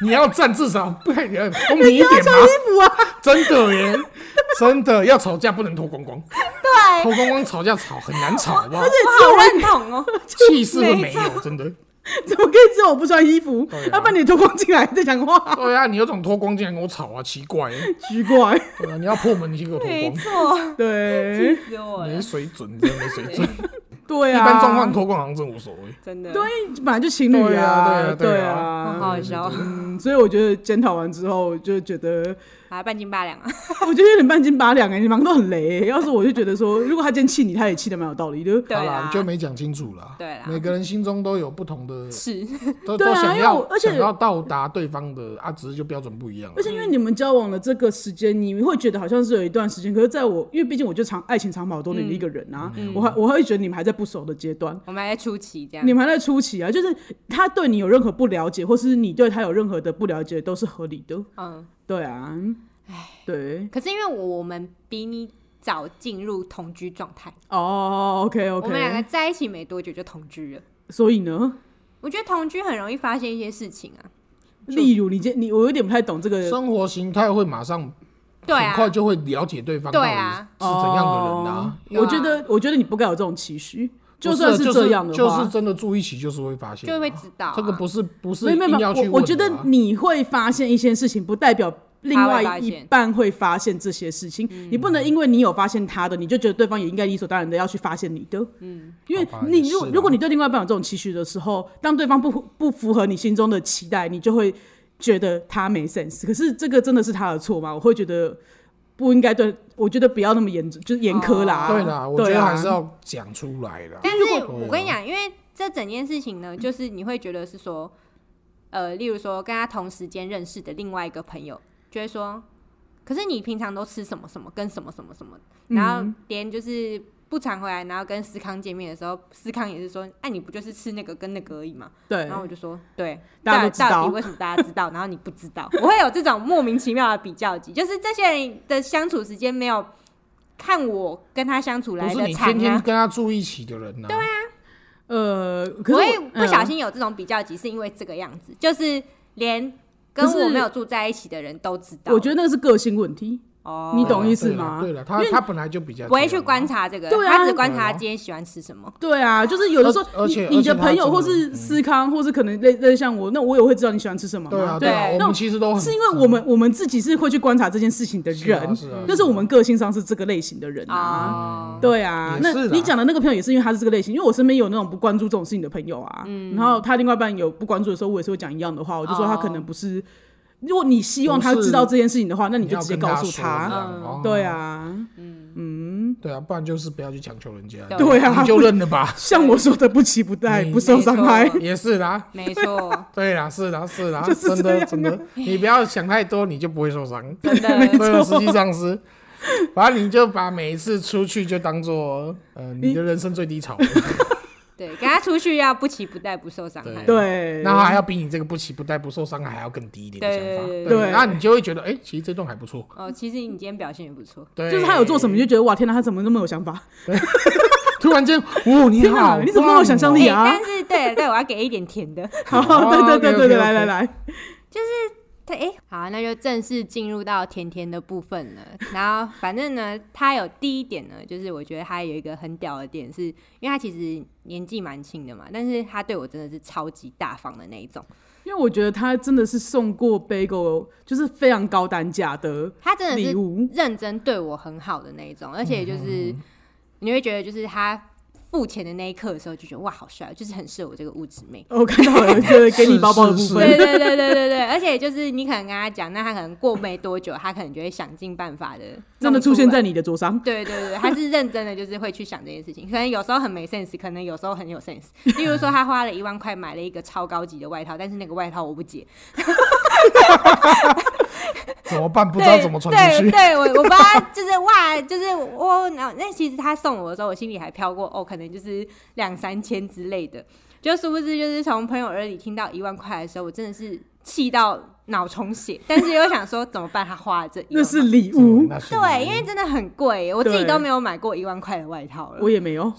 [SPEAKER 3] 你要站至少不然你要公 平一点嘛，
[SPEAKER 1] 服啊，
[SPEAKER 3] 真的耶，真的要吵架不能脱光光，
[SPEAKER 2] 对，
[SPEAKER 3] 脱光光吵架吵很难吵，好不
[SPEAKER 2] 我
[SPEAKER 3] 好？
[SPEAKER 2] 好认同哦，
[SPEAKER 3] 气势会
[SPEAKER 2] 没
[SPEAKER 3] 没有，真的。
[SPEAKER 1] 怎么可以只有我不穿衣服
[SPEAKER 3] 对啊？
[SPEAKER 1] 要不然你脱光进来再讲话，
[SPEAKER 3] 对啊，你有种脱光进来跟我吵啊，奇怪欸。
[SPEAKER 1] 奇怪。
[SPEAKER 3] 对啊，你要破门，你先给我脱
[SPEAKER 2] 没
[SPEAKER 3] 光，
[SPEAKER 2] 错，气
[SPEAKER 1] 对
[SPEAKER 2] 死我
[SPEAKER 3] 没
[SPEAKER 2] 了，
[SPEAKER 3] 水准，真的没水 准。
[SPEAKER 1] 对
[SPEAKER 3] 一
[SPEAKER 1] 啊，
[SPEAKER 3] 般状况脱光好像真无所谓。
[SPEAKER 2] 真的，
[SPEAKER 1] 对，本来就情侣
[SPEAKER 3] 对啊对啊
[SPEAKER 1] 对
[SPEAKER 3] 对啊
[SPEAKER 2] 好
[SPEAKER 1] 啊。
[SPEAKER 2] 好笑，
[SPEAKER 1] 嗯，所以我觉得检讨完之后，就觉得
[SPEAKER 2] 啊，半斤八两啊，
[SPEAKER 1] 我觉得有点半斤八两哎，你忙都很雷欸。要是我就觉得说，如果他今天气你，他也气的蛮有道理的。
[SPEAKER 2] 对
[SPEAKER 3] 好啦，
[SPEAKER 2] 啊
[SPEAKER 3] 你，就没讲清楚啦。
[SPEAKER 2] 对啦
[SPEAKER 3] 每个人心中都有不同的，
[SPEAKER 2] 是，
[SPEAKER 3] 都
[SPEAKER 1] 对啊
[SPEAKER 3] 都想
[SPEAKER 1] 因为
[SPEAKER 3] 要
[SPEAKER 1] 我而且
[SPEAKER 3] 想要到达对方的啊，只是就标准不一样了
[SPEAKER 1] 而。且因为你们交往的这个时间，你会觉得好像是有一段时间，可是在我，因为毕竟我就长爱情长跑多年的一个人啊，
[SPEAKER 2] 嗯
[SPEAKER 1] 我还我还会觉得你们还在不熟的阶段，
[SPEAKER 2] 我们还在初期这样
[SPEAKER 1] 你，们还在初期啊，就是他对你有任何不了解，或是你对他有任何的不了解，都是合理的。
[SPEAKER 2] 嗯，
[SPEAKER 1] 对啊，对，
[SPEAKER 2] 可是因为我们比你早进入同居状态，
[SPEAKER 1] 哦，OK
[SPEAKER 2] 我们两个
[SPEAKER 1] OK，
[SPEAKER 2] 在一起没多久就同居了，
[SPEAKER 1] 所以呢，
[SPEAKER 2] 我觉得同居很容易发现一些事情啊，
[SPEAKER 1] 例如你今你我有点不太懂这个，
[SPEAKER 3] 生活形态会马上
[SPEAKER 2] 对
[SPEAKER 3] 很快
[SPEAKER 2] 啊，
[SPEAKER 3] 就会了解对方到
[SPEAKER 2] 对
[SPEAKER 3] 底
[SPEAKER 2] 啊
[SPEAKER 3] 是怎样的人
[SPEAKER 1] 哦
[SPEAKER 3] 啊。
[SPEAKER 1] 我觉得我觉得你不该有这种期许，就
[SPEAKER 3] 不
[SPEAKER 1] 算
[SPEAKER 3] 是
[SPEAKER 1] 这样的
[SPEAKER 3] 就
[SPEAKER 1] 话，
[SPEAKER 3] 是真的住一起就是会发现啊，
[SPEAKER 2] 就会知道啊
[SPEAKER 3] 这个不是不是
[SPEAKER 1] 没有没有
[SPEAKER 3] 硬
[SPEAKER 1] 没有
[SPEAKER 3] 要去问的啊
[SPEAKER 1] 我我觉得你会发现一些事情，不代表另
[SPEAKER 2] 他会
[SPEAKER 1] 外
[SPEAKER 2] 发
[SPEAKER 1] 一
[SPEAKER 2] 现
[SPEAKER 1] 半会发现这些事情。
[SPEAKER 3] 嗯
[SPEAKER 1] 你不能因为你有发现他的，你就觉得对方也应该理所当然的要去发现你的。嗯，因为
[SPEAKER 3] 好吧也
[SPEAKER 1] 你
[SPEAKER 3] 是
[SPEAKER 1] 如
[SPEAKER 2] 哦
[SPEAKER 1] 果
[SPEAKER 2] 啊
[SPEAKER 3] 啦
[SPEAKER 1] 如果你对另外一半有这种期许的时候，当对方不不符合你心中的期待，你就会觉得他没 sense。可是这个真的是他的错吗？我会觉得。不应该对，我觉得不要那么严重，就是严苛啦。
[SPEAKER 3] 哦对啦，我觉
[SPEAKER 1] 对
[SPEAKER 3] 得
[SPEAKER 1] 啊
[SPEAKER 3] 还是要讲出来啦。
[SPEAKER 2] 但是
[SPEAKER 3] 果
[SPEAKER 2] 我跟你讲，因为这整件事情呢，就是你会觉得是说，呃，例如说跟他同时间认识的另外一个朋友，就会说，可是你平常都吃什么什么跟什么什么什么，然后
[SPEAKER 3] 嗯
[SPEAKER 2] 连就是不常回来，然后跟思康见面的时候，思康也是说，哎、你不就是吃那个跟那个而已嘛？
[SPEAKER 1] 对
[SPEAKER 3] 哦
[SPEAKER 2] 然后我就说，对，
[SPEAKER 1] 大家都
[SPEAKER 2] 到
[SPEAKER 1] 知道
[SPEAKER 2] 到底为什么大家知道，然后你不知道？我会有这种莫名其妙的比较级，就是这些人的相处时间没有看我跟他相处
[SPEAKER 3] 不
[SPEAKER 2] 来
[SPEAKER 3] 是
[SPEAKER 2] 的
[SPEAKER 3] 你
[SPEAKER 2] 长
[SPEAKER 3] 天天
[SPEAKER 2] 啊。
[SPEAKER 3] 跟他住一起的人呐、对啊，
[SPEAKER 1] 呃，可是
[SPEAKER 2] 我会不小
[SPEAKER 1] 嗯
[SPEAKER 2] 心有这种比较级，是因为这个样子，就是连跟
[SPEAKER 1] 可是
[SPEAKER 2] 我没有住在一起的人都知道。
[SPEAKER 1] 我觉得那个是个性问题，
[SPEAKER 2] 哦，
[SPEAKER 1] 你懂意思吗
[SPEAKER 3] 对了，他他本来就比较
[SPEAKER 2] 不会去观
[SPEAKER 3] 关。
[SPEAKER 2] 察这个，
[SPEAKER 1] 对啊
[SPEAKER 2] 他只观察他今天喜欢吃什么。
[SPEAKER 1] 对啊，就是有的时候
[SPEAKER 3] 而
[SPEAKER 1] 你
[SPEAKER 3] 且
[SPEAKER 1] 你的
[SPEAKER 3] 而且他
[SPEAKER 1] 朋友或
[SPEAKER 3] 真的嗯
[SPEAKER 1] 是思康，或是可能类类像我，那我也会知道你喜欢吃什么嘛。
[SPEAKER 3] 对啊，
[SPEAKER 2] 对
[SPEAKER 3] 啊，我
[SPEAKER 1] 那
[SPEAKER 3] 们其实都很
[SPEAKER 1] 是因为我们我们自己是会去观察这件事情的
[SPEAKER 3] 是啊
[SPEAKER 1] 人，
[SPEAKER 3] 是啊
[SPEAKER 1] 就是我们个性上是这个类型的人啊。
[SPEAKER 2] 哦，
[SPEAKER 1] 对啊，
[SPEAKER 3] 也
[SPEAKER 1] 那
[SPEAKER 3] 是啦
[SPEAKER 1] 你讲的那个朋友也是因为他是这个类型，因为我身边有那种不关注这种事情的朋友啊，
[SPEAKER 2] 嗯
[SPEAKER 1] 然后他另外一半有不关注的时候，我也是会讲一样的话，我就说他可
[SPEAKER 2] 哦
[SPEAKER 1] 能不是，如果你希望他知道这件事情的话，那
[SPEAKER 3] 那
[SPEAKER 1] 你就直接告诉他，嗯对，啊，嗯，
[SPEAKER 3] 哦对啊，不然就是不要去强求人家，
[SPEAKER 2] 对
[SPEAKER 1] 对啊
[SPEAKER 3] 你就认了 吧，
[SPEAKER 1] 像我说的不期不待，
[SPEAKER 3] 你
[SPEAKER 1] 不受伤害
[SPEAKER 2] 没，错
[SPEAKER 3] 也是啦，
[SPEAKER 2] 没错，
[SPEAKER 3] 对啦，是啦，是啦，
[SPEAKER 1] 啊就是
[SPEAKER 3] 真
[SPEAKER 1] 这
[SPEAKER 3] 的
[SPEAKER 1] 样啊
[SPEAKER 3] 真的，你不要想太多，你就不会受伤。
[SPEAKER 2] 真
[SPEAKER 3] 这
[SPEAKER 2] 的
[SPEAKER 3] 个实际上是，反正你就把每一次出去就当做呃你的人生最低潮，
[SPEAKER 2] 对，跟他出去要不期不待，不受伤害。
[SPEAKER 1] 对，
[SPEAKER 3] 那他还要比你这个不期不待、不受伤害还要更低一点的想法。
[SPEAKER 2] 对
[SPEAKER 1] 对
[SPEAKER 3] 那你就会觉得，哎，其实这段还不错。
[SPEAKER 2] 哦，其实你今天表现也不错，
[SPEAKER 3] 对，
[SPEAKER 1] 就是他有做什么，你就觉得哇天哪，他怎么那么有想法？
[SPEAKER 3] 突然间，哦，你
[SPEAKER 1] 天哪
[SPEAKER 3] 好棒哦，
[SPEAKER 1] 你怎么那么有想象力
[SPEAKER 2] 哎，
[SPEAKER 1] 啊
[SPEAKER 2] 但是对对，我要给一点甜的。
[SPEAKER 1] 好，
[SPEAKER 3] 哦
[SPEAKER 1] 对对对对对，
[SPEAKER 3] OK，OK，OK
[SPEAKER 1] 来来来，
[SPEAKER 2] 对，哎、好，那就正式进入到甜甜的部分了。 然后，反正呢，他有第一点呢，就是我觉得他有一个很屌的点是，因为他其实年纪蛮轻的嘛，但是他对我真的是超级大方的那一种。
[SPEAKER 1] 因为我觉得他真的是送过 bagel，就是非常高单价的
[SPEAKER 2] 他真的
[SPEAKER 1] 礼
[SPEAKER 2] 是
[SPEAKER 1] 物，
[SPEAKER 2] 认真对我很好的那一种，而且就是你会觉得，就是他付钱的那一刻的时候，就觉得哇，好帅，就是很适合我这个物质妹。
[SPEAKER 1] 哦我看到了，就是给你包包的部
[SPEAKER 3] 是是是
[SPEAKER 2] 对
[SPEAKER 1] 分。
[SPEAKER 2] 对对对对对，而且就是你可能跟他讲，那他可能过没多久，他可能就会想尽办法的，
[SPEAKER 1] 真的出现在你的桌上，
[SPEAKER 2] 对对对，他是认真的，就是会去想这件事情。可能有时候很没 sense，可能有时候很有 sense。例如说，他花了一万块买了一个超高级的外套，但是那个外套我不解，
[SPEAKER 3] 怎么办？不
[SPEAKER 2] 不
[SPEAKER 3] 知道怎么传
[SPEAKER 2] 对
[SPEAKER 3] 出去。
[SPEAKER 2] 对，我 我不知道，就是哇，就是我那那其实他送我的时候，我心里还飘过哦，可能就是两三千之类的。就殊不知，就是从朋友耳里听到一万块的时候，我真的是气到脑充 血，但是又想说怎么办？他花了这一
[SPEAKER 1] 那
[SPEAKER 2] 万块
[SPEAKER 1] 是礼
[SPEAKER 3] 嗯
[SPEAKER 1] 物，
[SPEAKER 3] 那是
[SPEAKER 2] 对，因为真的很贵，我自己
[SPEAKER 1] 对
[SPEAKER 2] 都没有买过一万块的外套了。
[SPEAKER 1] 我也没有。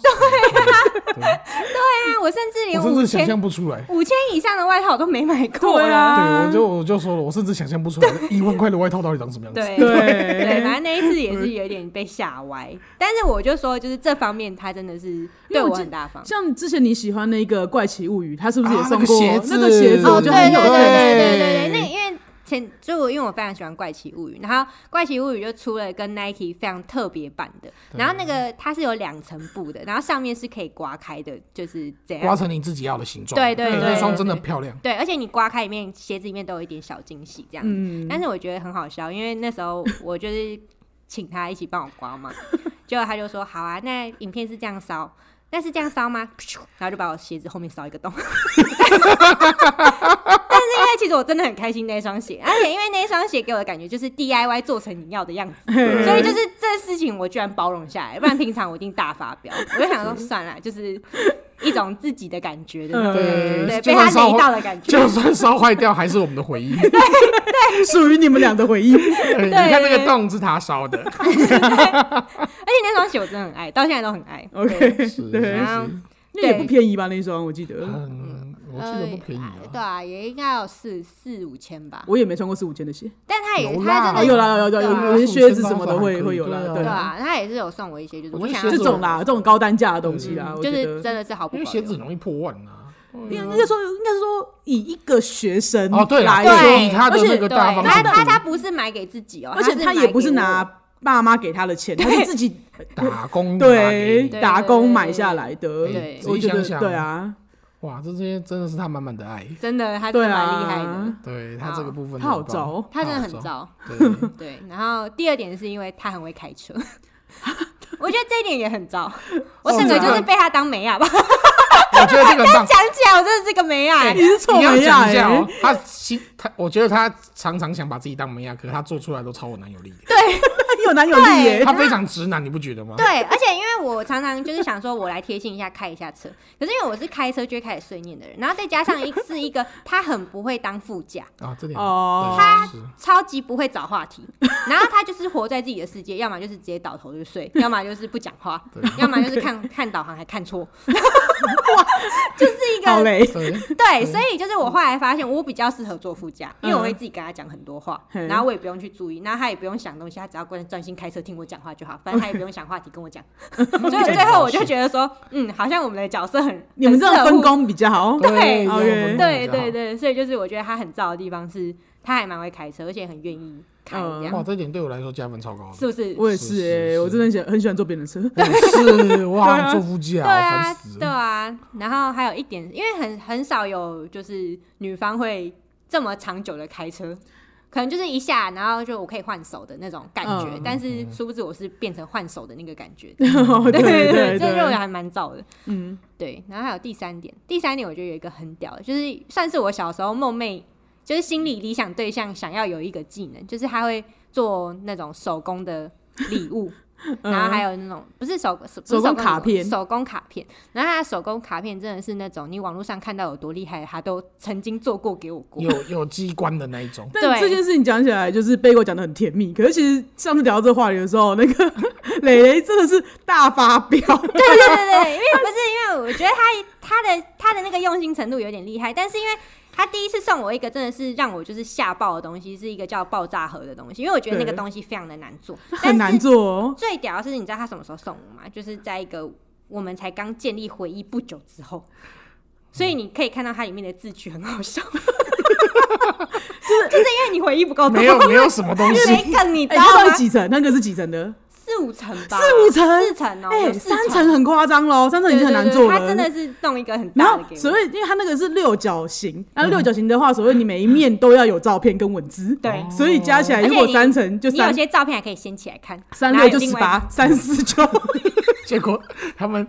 [SPEAKER 2] 啊我甚至连
[SPEAKER 3] 我甚
[SPEAKER 2] 五
[SPEAKER 3] 至想
[SPEAKER 2] 千
[SPEAKER 3] 象不出来。
[SPEAKER 2] 五千以上的外套我都没买过
[SPEAKER 1] 对
[SPEAKER 2] 啦。
[SPEAKER 3] 对，
[SPEAKER 1] 啊
[SPEAKER 3] 我，就我就说了，我甚至想象 不出来一万块的外套到底长什么样子。
[SPEAKER 2] 对
[SPEAKER 1] 对
[SPEAKER 2] 对，反正那一次也是有点被吓歪，但是我就说，就是这方面他真的是对我很大方。
[SPEAKER 1] 像之前你喜欢那个《怪奇物语》，他是不是也
[SPEAKER 3] 啊
[SPEAKER 1] 送
[SPEAKER 3] 那个
[SPEAKER 1] 过
[SPEAKER 3] 鞋子
[SPEAKER 1] 那个鞋子？
[SPEAKER 3] 哦
[SPEAKER 1] 我觉
[SPEAKER 2] 对
[SPEAKER 1] 得很
[SPEAKER 2] 对
[SPEAKER 1] 有
[SPEAKER 2] 对对对对，
[SPEAKER 3] 对
[SPEAKER 2] 那因为。前就我因为我非常喜欢《怪奇物语》，然后《怪奇物语》就出了跟 Nike 非常特别版的，然后那个它是有两层布的，然后上面是可以刮开的，就是这样
[SPEAKER 3] 刮成你自己要的形状。
[SPEAKER 2] 对对
[SPEAKER 3] 哎
[SPEAKER 1] 对
[SPEAKER 3] 那双真的
[SPEAKER 2] 对
[SPEAKER 3] 漂亮。
[SPEAKER 2] 对，而且你刮开里面鞋子里面都有一点小惊喜这样子。
[SPEAKER 3] 嗯
[SPEAKER 2] 但是我觉得很好笑，因为那时候我就是请他一起帮我刮 嘛，结果他就说好啊，那影片是这样烧。但是这样烧吗？ 然后就把我鞋子后面烧一 个洞。但是因为其实我真的很开心那一双鞋，而且因为那一双鞋给我的感觉就是 DIY 做成你要的 样子，
[SPEAKER 1] 嘿
[SPEAKER 2] 所以就是这事情我居然包容下来，不然平常我一定大发 飙。我就想说算了，就是一种自己的感觉的那种
[SPEAKER 1] 对
[SPEAKER 2] 对，
[SPEAKER 3] 嗯就
[SPEAKER 2] 被他
[SPEAKER 3] 算烧
[SPEAKER 2] 雷
[SPEAKER 3] 坏
[SPEAKER 2] 到的 感觉。
[SPEAKER 3] 就算烧坏掉，还是我们的回忆。
[SPEAKER 1] 属于你们俩的回忆。
[SPEAKER 3] 对，你看那个洞是他烧的，
[SPEAKER 2] 而且那双鞋我真的很爱，到现在都很爱。
[SPEAKER 1] OK，对，
[SPEAKER 2] 然后
[SPEAKER 1] 那也不便宜吧？那一双我记得，
[SPEAKER 3] 嗯，啊我记得不便宜
[SPEAKER 2] 呃
[SPEAKER 3] 啊。
[SPEAKER 2] 对啊，也应该有四四五千吧。
[SPEAKER 1] 我也没穿过四五千的鞋。
[SPEAKER 2] 但他也
[SPEAKER 3] 有
[SPEAKER 2] 他
[SPEAKER 3] 啦
[SPEAKER 2] 真
[SPEAKER 1] 哦，
[SPEAKER 2] 的
[SPEAKER 1] 有啦有有
[SPEAKER 2] 对
[SPEAKER 1] 有
[SPEAKER 2] 啊
[SPEAKER 1] 有，连靴子什么的会
[SPEAKER 3] 对啊
[SPEAKER 1] 会有啦，
[SPEAKER 3] 对
[SPEAKER 1] 对
[SPEAKER 2] 对
[SPEAKER 1] 啊，
[SPEAKER 2] 啊，他也是有送我一些，就是
[SPEAKER 3] 我
[SPEAKER 2] 我
[SPEAKER 3] 觉得
[SPEAKER 2] 想要
[SPEAKER 1] 这
[SPEAKER 3] 鞋子
[SPEAKER 1] 种啦，这种高单价的东西啊啦，我
[SPEAKER 2] 嗯就
[SPEAKER 1] 觉
[SPEAKER 2] 是
[SPEAKER 1] 得。
[SPEAKER 2] 真的是毫不
[SPEAKER 3] 因为
[SPEAKER 2] 保
[SPEAKER 3] 鞋
[SPEAKER 2] 留
[SPEAKER 3] 子。很容易破万啊。
[SPEAKER 1] 应应该说，应该说，以一个学生
[SPEAKER 3] 哦，对
[SPEAKER 1] 来
[SPEAKER 3] 啦，
[SPEAKER 2] 对
[SPEAKER 1] 说，
[SPEAKER 3] 所以他的那个大方
[SPEAKER 2] 他
[SPEAKER 3] 程
[SPEAKER 2] 他他
[SPEAKER 3] 度，
[SPEAKER 2] 不是买给自己哦，
[SPEAKER 1] 而且
[SPEAKER 2] 是
[SPEAKER 1] 他
[SPEAKER 2] 买
[SPEAKER 1] 也不是
[SPEAKER 2] 给我
[SPEAKER 1] 拿爸妈给他的 钱，他是自己
[SPEAKER 3] 打工拿给
[SPEAKER 1] 对
[SPEAKER 3] 你哎
[SPEAKER 2] 对
[SPEAKER 1] 打工买下来的。
[SPEAKER 2] 对
[SPEAKER 1] 我觉
[SPEAKER 3] 仔细
[SPEAKER 1] 得
[SPEAKER 3] 想想
[SPEAKER 1] 对啊，
[SPEAKER 3] 哇，这些真的是他满满的爱。
[SPEAKER 2] 真的，他真
[SPEAKER 1] 对
[SPEAKER 2] 的蛮厉害的
[SPEAKER 1] 啊，，
[SPEAKER 3] 对他这个部分
[SPEAKER 1] 他
[SPEAKER 3] 很
[SPEAKER 1] 好
[SPEAKER 3] 棒，
[SPEAKER 1] 糟哦，
[SPEAKER 2] 他真的很糟。
[SPEAKER 3] 对，
[SPEAKER 2] 对，然后第二点是因为他很会 开车，我觉得这一点也很
[SPEAKER 1] 哦
[SPEAKER 2] 糟。我整个就是被他当美亚吧，
[SPEAKER 3] 我觉得这个很棒。
[SPEAKER 2] 讲起来我真的是个美亚欸。
[SPEAKER 1] 哎你是臭
[SPEAKER 3] 你要
[SPEAKER 1] 美亚
[SPEAKER 3] 讲一下
[SPEAKER 1] 欸
[SPEAKER 3] 哦，他其他，我觉得他常常想把自己当门亚，可是他做出来都超我男友力的。
[SPEAKER 2] 对，
[SPEAKER 1] 有男友力耶、
[SPEAKER 3] 他非常直男，你不觉得吗？
[SPEAKER 2] 对，而且因为我常常就是想说，我来贴心一下开一下车，可是因为我是开车就会开始碎念的人，然后再加上一是一个他很不会当副驾，
[SPEAKER 3] 啊，这点
[SPEAKER 1] 哦
[SPEAKER 3] 对
[SPEAKER 2] 他
[SPEAKER 3] 是
[SPEAKER 2] 超级不会找话题，然后他就是活在自己的世界，要么就是直接倒头就睡，要么就是不讲话
[SPEAKER 3] 对，
[SPEAKER 2] 要么就是看 看导航还看错，就是一
[SPEAKER 1] 好
[SPEAKER 2] 个
[SPEAKER 1] 嘞，
[SPEAKER 3] 对，
[SPEAKER 1] 嗯
[SPEAKER 2] 对，所以就是我后来发现，我比较适合坐副驾，因为我会自己跟他讲很多话，
[SPEAKER 1] 嗯
[SPEAKER 2] 然后我也不用去注意，那他也不用想东西，他只要专专心开车听我讲话就好，反
[SPEAKER 1] 嗯
[SPEAKER 2] 正他也不用想话题跟我 讲。所以最后我就觉得说，嗯，好像我们的角色很
[SPEAKER 1] 你们这样
[SPEAKER 2] 很适合
[SPEAKER 1] 分
[SPEAKER 2] 互
[SPEAKER 1] 工嗯比较好。
[SPEAKER 2] 对
[SPEAKER 3] 这样分工
[SPEAKER 2] 对
[SPEAKER 3] 比较好
[SPEAKER 2] 对对，所以就是我觉得他很燥的地方是，他还蛮会开车，而且很愿意开这
[SPEAKER 1] 嗯
[SPEAKER 2] 样，
[SPEAKER 3] 哇，这点对我来说加分超高的。
[SPEAKER 2] 是不是？
[SPEAKER 1] 我也
[SPEAKER 3] 是
[SPEAKER 1] 是
[SPEAKER 3] 是
[SPEAKER 1] 哎、
[SPEAKER 3] 是
[SPEAKER 1] 我真的喜欢很喜欢坐别 人的车。
[SPEAKER 3] 我是，
[SPEAKER 1] 对
[SPEAKER 3] 哇，
[SPEAKER 1] 啊
[SPEAKER 3] 坐副驾
[SPEAKER 2] 对
[SPEAKER 3] 哦
[SPEAKER 2] 啊
[SPEAKER 3] 烦死，
[SPEAKER 2] 对
[SPEAKER 3] 了。
[SPEAKER 2] 啊。然后还有一点，因为很很少有就是女方会这么长久的开车。可能就是一下，然后就我可以换手的那种感觉，
[SPEAKER 1] 嗯
[SPEAKER 2] 但是殊不知我是变成换手的那个感觉。
[SPEAKER 1] 对
[SPEAKER 2] 对
[SPEAKER 1] 对
[SPEAKER 2] 这肉也
[SPEAKER 1] 对，
[SPEAKER 2] 还蛮燥的。
[SPEAKER 1] 嗯，
[SPEAKER 2] 对，然后还有第三点，第三点我觉得有一个很屌的，就是算是我小时候梦寐，就是心里理想对象想要有一个技能，就是他会做那种手工的礼 物，然后还有那种不是手不是
[SPEAKER 1] 嗯手工卡
[SPEAKER 2] 礼物
[SPEAKER 1] 片，
[SPEAKER 2] 手工卡片，然后他的手工卡片真的是那种你网络上看到有多厉害的，他都曾经做过给我过。
[SPEAKER 3] 有有机关的那一种
[SPEAKER 1] 但
[SPEAKER 2] 对
[SPEAKER 1] 这件事情讲起来，就是贝果讲的很甜蜜，可是其实上次聊到这话题的时候，那 个蕾蕾真的是大发飙，
[SPEAKER 2] 对对对对，因为不是因为我觉得他他的他的那个用心程度有点厉害，但是因为他第一次送我一个真的是让我就是吓爆的东西，是一个叫爆炸盒的东西，因为我觉得那个
[SPEAKER 1] 对
[SPEAKER 2] 东西非常的难做，
[SPEAKER 1] 很难。做哦。
[SPEAKER 2] 最屌的是，你知道他什么时候送我吗？就是在一个我们才刚建立回忆不久之后。所以你可以看到它里面的字句很好笑，就是就是因为你回忆不够多，
[SPEAKER 3] 没有没有什么东
[SPEAKER 2] 因
[SPEAKER 3] 西
[SPEAKER 2] 为，没梗，你知
[SPEAKER 1] 哎、
[SPEAKER 2] 道
[SPEAKER 1] 它到
[SPEAKER 2] 吗
[SPEAKER 1] 底？几层？那个是几层的？
[SPEAKER 2] 四五层吧，
[SPEAKER 1] 四五层
[SPEAKER 2] 四层哦，
[SPEAKER 1] 哎、
[SPEAKER 2] 有四
[SPEAKER 1] 三层很夸张喽，三层已经很难做了。
[SPEAKER 2] 对对对他真的是弄一个很
[SPEAKER 1] 然
[SPEAKER 2] 大的
[SPEAKER 1] 后
[SPEAKER 2] 给，我。嗯
[SPEAKER 1] 所谓因为它那个是六角形，那六角形的话，所谓你每一面都要有照片跟文字，
[SPEAKER 2] 对哦
[SPEAKER 1] 所以加起来
[SPEAKER 2] 而且
[SPEAKER 1] 如果
[SPEAKER 2] 你
[SPEAKER 1] 三层就
[SPEAKER 2] 你有
[SPEAKER 1] 三
[SPEAKER 2] 些照片还可以掀起来看，
[SPEAKER 1] 三
[SPEAKER 2] 然后
[SPEAKER 1] 六
[SPEAKER 2] 有
[SPEAKER 1] 就
[SPEAKER 2] 另
[SPEAKER 1] 十
[SPEAKER 2] 外一张
[SPEAKER 1] 八，三四 就
[SPEAKER 3] 结果他们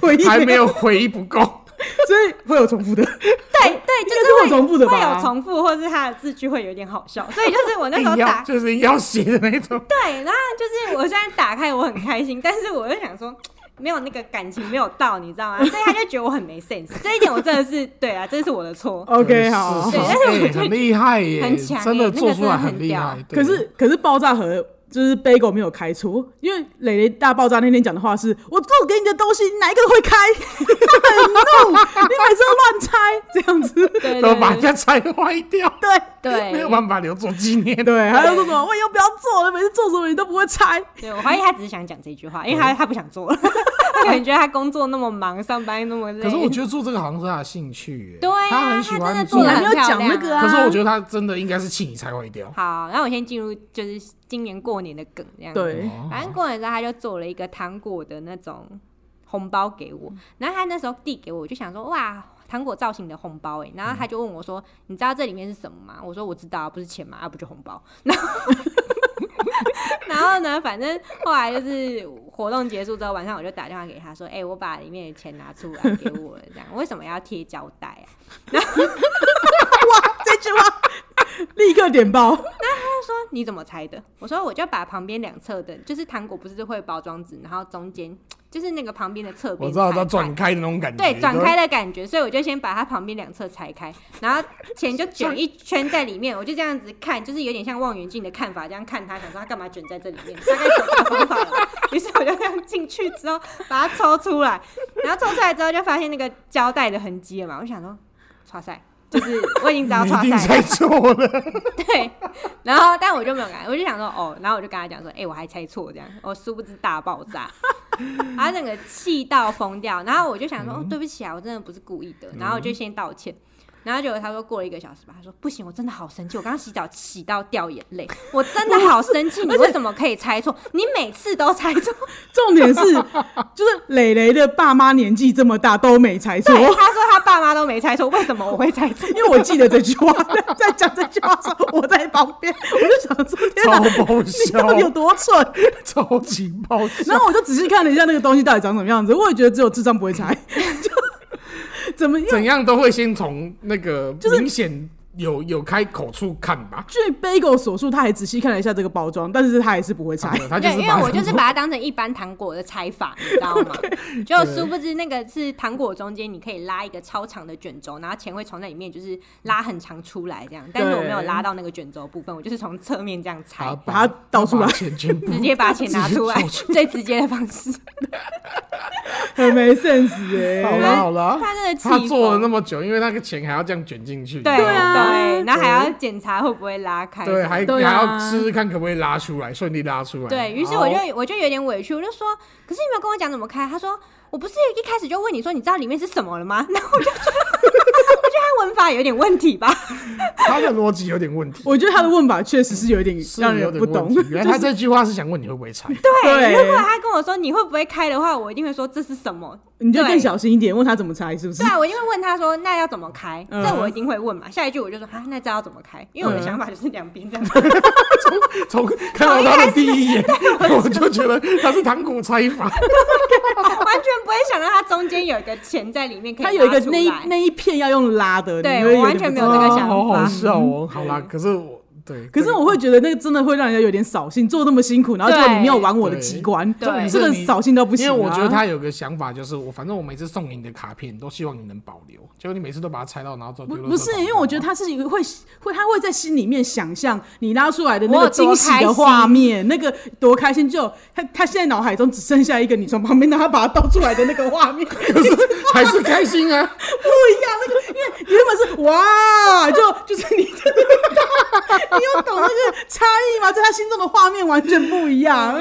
[SPEAKER 1] 回忆
[SPEAKER 3] 还没有回忆不够，
[SPEAKER 1] 所以会有重复的。
[SPEAKER 2] 对对，就
[SPEAKER 1] 应该
[SPEAKER 2] 是
[SPEAKER 1] 是会
[SPEAKER 2] 会
[SPEAKER 1] 有重复的吧
[SPEAKER 2] 会有重复，或是他的字句会有点好笑，所以就是我那时候
[SPEAKER 3] 硬
[SPEAKER 2] 打
[SPEAKER 3] 要就是硬要写的那 种。
[SPEAKER 2] 对，然后就是我虽然打开我很开心，但是我就想说。没有那个感情没有到，你知道吗？所以他就觉得我很没 sense，这一点我真的是对啊，这是我的错。
[SPEAKER 1] OK，好
[SPEAKER 3] 是。
[SPEAKER 2] 对
[SPEAKER 3] 是
[SPEAKER 2] 但是我
[SPEAKER 3] 哎
[SPEAKER 2] 觉得
[SPEAKER 3] 很厉害耶，
[SPEAKER 2] 很强耶
[SPEAKER 3] 真的做出来厉
[SPEAKER 2] 那
[SPEAKER 3] 害。对
[SPEAKER 1] 可是可是爆炸盒就是 Bagel 没有开错，因为蕾蕾大爆炸那天讲的话是：我做给你的东西哪一个会开？很怒，你每次都乱拆这样子。
[SPEAKER 2] 对对
[SPEAKER 3] 都把人
[SPEAKER 2] 对
[SPEAKER 3] 家拆坏掉，
[SPEAKER 1] 对
[SPEAKER 3] 没有
[SPEAKER 2] 对
[SPEAKER 3] 办法留作纪念。
[SPEAKER 1] 对，还有说什么我以后不要做了，每次做什么你都不会拆。
[SPEAKER 2] 对，我怀疑他只是想讲这句话，
[SPEAKER 1] 嗯
[SPEAKER 2] 因为他他不想做了， 他可能觉得他工作那么忙，上班那么累。
[SPEAKER 3] 可是我觉得做这个好像是他的兴趣耶，
[SPEAKER 2] 对啊
[SPEAKER 3] 他很
[SPEAKER 2] 他
[SPEAKER 3] 喜
[SPEAKER 2] 真的
[SPEAKER 3] 欢
[SPEAKER 2] 做
[SPEAKER 1] 你
[SPEAKER 2] 得
[SPEAKER 1] 还
[SPEAKER 2] 很
[SPEAKER 1] 没有讲那个啊？
[SPEAKER 3] 可是我觉得他真的应该是气你拆坏掉。
[SPEAKER 2] 好，那我先进入就是今年过年的梗这样子。
[SPEAKER 1] 对，
[SPEAKER 3] 哦
[SPEAKER 2] 反正过年之后他就做了一个糖果的那种红包给我，然后他那时候递给我，我就想说哇。糖果造型的红包哎、欸，然后他就问我说：“你知道这里面是什么吗？”我说：“我知道啊，不是钱嘛，啊不就红包。” 然后，然后呢，反正后来就是活动结束之后，晚上我就打电话给他说：“哎、我把里面的钱拿出来给我了，这样为什么要贴胶带啊？”
[SPEAKER 1] 哇，这句话立刻点爆。
[SPEAKER 2] 说你怎么拆的？我说我就把旁边两侧的，就是糖果不是会有包装纸，然后中间就是那个旁边的侧边，
[SPEAKER 3] 我知道他转，开的那种感觉，
[SPEAKER 2] 对，转
[SPEAKER 3] 你知道
[SPEAKER 2] 开的感觉，所以我就先把它旁边两侧拆开，然后钱就卷一圈在里面，我就这样子看，就是有点像望远镜的看法，这样看它，想说它干嘛卷在这里面，大概卷这个方法 了。于是我就这样进去之后把它抽出来，然后抽出来之后就发现那个胶带的痕迹了嘛，我想说，哇塞。就是我已经知道
[SPEAKER 3] 你
[SPEAKER 2] 哇
[SPEAKER 3] 一定
[SPEAKER 2] 塞。
[SPEAKER 3] 猜错了，
[SPEAKER 2] 对，然后但我就没有改，我就想说哦，然后我就跟他讲说，哎、我还猜错这样，我殊不知大爆炸，他整个气到疯掉，然后我就想说，哦，对不起啊，我真的不是故意的，然后我就先道歉。然后结果他说过了一个小时吧，他说不行，我真的好生气，我刚刚洗澡洗到掉眼泪，我真的好生气，你为什么可以猜错？你每次都猜错，
[SPEAKER 1] 重点是，就是蕾蕾的爸妈年纪这么大都没猜错
[SPEAKER 2] 对，，他说他爸妈都没猜错，为什么我会猜错？
[SPEAKER 1] 因为我记得这句话，在讲这句话的时候，我在旁边，我就想说，天哪，
[SPEAKER 3] 超爆
[SPEAKER 1] 你到底有
[SPEAKER 3] 笑，
[SPEAKER 1] 多蠢？
[SPEAKER 3] 超级爆笑。
[SPEAKER 1] 然后我就仔细看了一下那个东西到底长什么样子，我也觉得只有智
[SPEAKER 2] 嗯
[SPEAKER 1] 障不会猜，就怎么样？
[SPEAKER 3] 怎样都会先从那个
[SPEAKER 1] 就是
[SPEAKER 3] 明显有有开口处看吧，
[SPEAKER 1] 据 Bagel 所述，他还仔细看了一下这个包装，但是他还是不会拆。
[SPEAKER 3] 他就
[SPEAKER 2] 对，
[SPEAKER 3] 是
[SPEAKER 2] 因为
[SPEAKER 3] 把
[SPEAKER 2] 我就是把它当成一般糖果的拆法，你知道 吗？ 就殊不知那个是糖果中间你可以拉一个超长的卷轴，然后钱会从那里面就是拉很长出来这样，但是我没有拉到那个卷轴部分，我就是从侧面这样拆，
[SPEAKER 1] 把它倒出来
[SPEAKER 3] 把钱全部
[SPEAKER 2] 直接把钱拿出来，最直接的方式。
[SPEAKER 1] 很没 sense 哎、
[SPEAKER 3] 好了好了，
[SPEAKER 2] 他真的
[SPEAKER 3] 他
[SPEAKER 2] 气
[SPEAKER 3] 做了
[SPEAKER 2] 疯
[SPEAKER 3] 那么久，因为那个钱还要这样卷进去，
[SPEAKER 2] 对
[SPEAKER 3] 你知道吗
[SPEAKER 1] 啊
[SPEAKER 2] 对，然后还要检查会不会拉开什么
[SPEAKER 3] 对，
[SPEAKER 2] 的，
[SPEAKER 3] 还还
[SPEAKER 1] 对啊
[SPEAKER 3] 要试试看可不可以拉出来，顺利拉出来。
[SPEAKER 2] 对于是
[SPEAKER 3] 然后
[SPEAKER 2] 我就我就有点委屈，我就说，可是你没有跟我讲怎么开。他说，我不是一开始就问你说你知道里面是什么了吗？ 然后我就觉得，我觉得他文法有点问题吧。
[SPEAKER 3] 他的逻辑有点问题，
[SPEAKER 1] 我觉得他的问法确实是有一点
[SPEAKER 3] 是
[SPEAKER 1] 让
[SPEAKER 3] 有
[SPEAKER 1] 人
[SPEAKER 3] 点
[SPEAKER 1] 不懂
[SPEAKER 3] 问。题 原来他这句话是想问你会不会拆，
[SPEAKER 1] 对
[SPEAKER 2] 如果他跟我说你会不会开的话，我一定会说这是什么。
[SPEAKER 1] 你就
[SPEAKER 2] 对
[SPEAKER 1] 更小心一点，问他怎么拆是不是
[SPEAKER 2] 对？啊，我一定会问他说那要怎么开，
[SPEAKER 1] 嗯
[SPEAKER 2] 这我一定会问嘛。下一句我就说啊，那这要怎么开？因为我
[SPEAKER 1] 嗯
[SPEAKER 2] 的想法就是两边这样。
[SPEAKER 3] 从看到他的第一眼，我就觉得他是糖果拆 法，
[SPEAKER 2] 完全不会想到它中间有一个钱在里面可以
[SPEAKER 1] 他有一个
[SPEAKER 2] 拉出
[SPEAKER 1] 那一
[SPEAKER 2] 来
[SPEAKER 1] 那一片要用拉的，
[SPEAKER 2] 对
[SPEAKER 1] 你会有
[SPEAKER 2] 我完全
[SPEAKER 1] 点不
[SPEAKER 2] 没有这个
[SPEAKER 1] 知道
[SPEAKER 2] 想法
[SPEAKER 3] 啊好好笑哦。好啦，可是我对，
[SPEAKER 1] 可是
[SPEAKER 3] 这个
[SPEAKER 1] 我会觉得那个真的会让人家有点扫兴，做那么辛苦，然后结果你没有玩我的
[SPEAKER 3] 对
[SPEAKER 1] 机关，
[SPEAKER 2] 对重点
[SPEAKER 1] 这
[SPEAKER 3] 是
[SPEAKER 1] 个
[SPEAKER 3] 你
[SPEAKER 1] 扫兴到不行、啊。
[SPEAKER 3] 因为我觉得他有个想法，就是我反正我每次送给你的卡片，都希望你能保留，结果你每次都把它拆到，然后做
[SPEAKER 1] 不
[SPEAKER 3] 丢垃圾
[SPEAKER 1] 不是，
[SPEAKER 3] 桶
[SPEAKER 1] 因为我觉得他是一个会会，他会在心里面想象你拉出来的那
[SPEAKER 2] 我有
[SPEAKER 1] 个
[SPEAKER 2] 多
[SPEAKER 1] 惊喜
[SPEAKER 2] 开
[SPEAKER 1] 的
[SPEAKER 2] 心
[SPEAKER 1] 画面，那个多开心就！他他现在脑海中只剩下一个你从旁边拿把它倒出来的那个画面， 不一
[SPEAKER 3] 可是还是开心啊，
[SPEAKER 1] 样。那个因为原本是哇，就就是你你有懂那个差异吗？在他心中的画面完全不一样。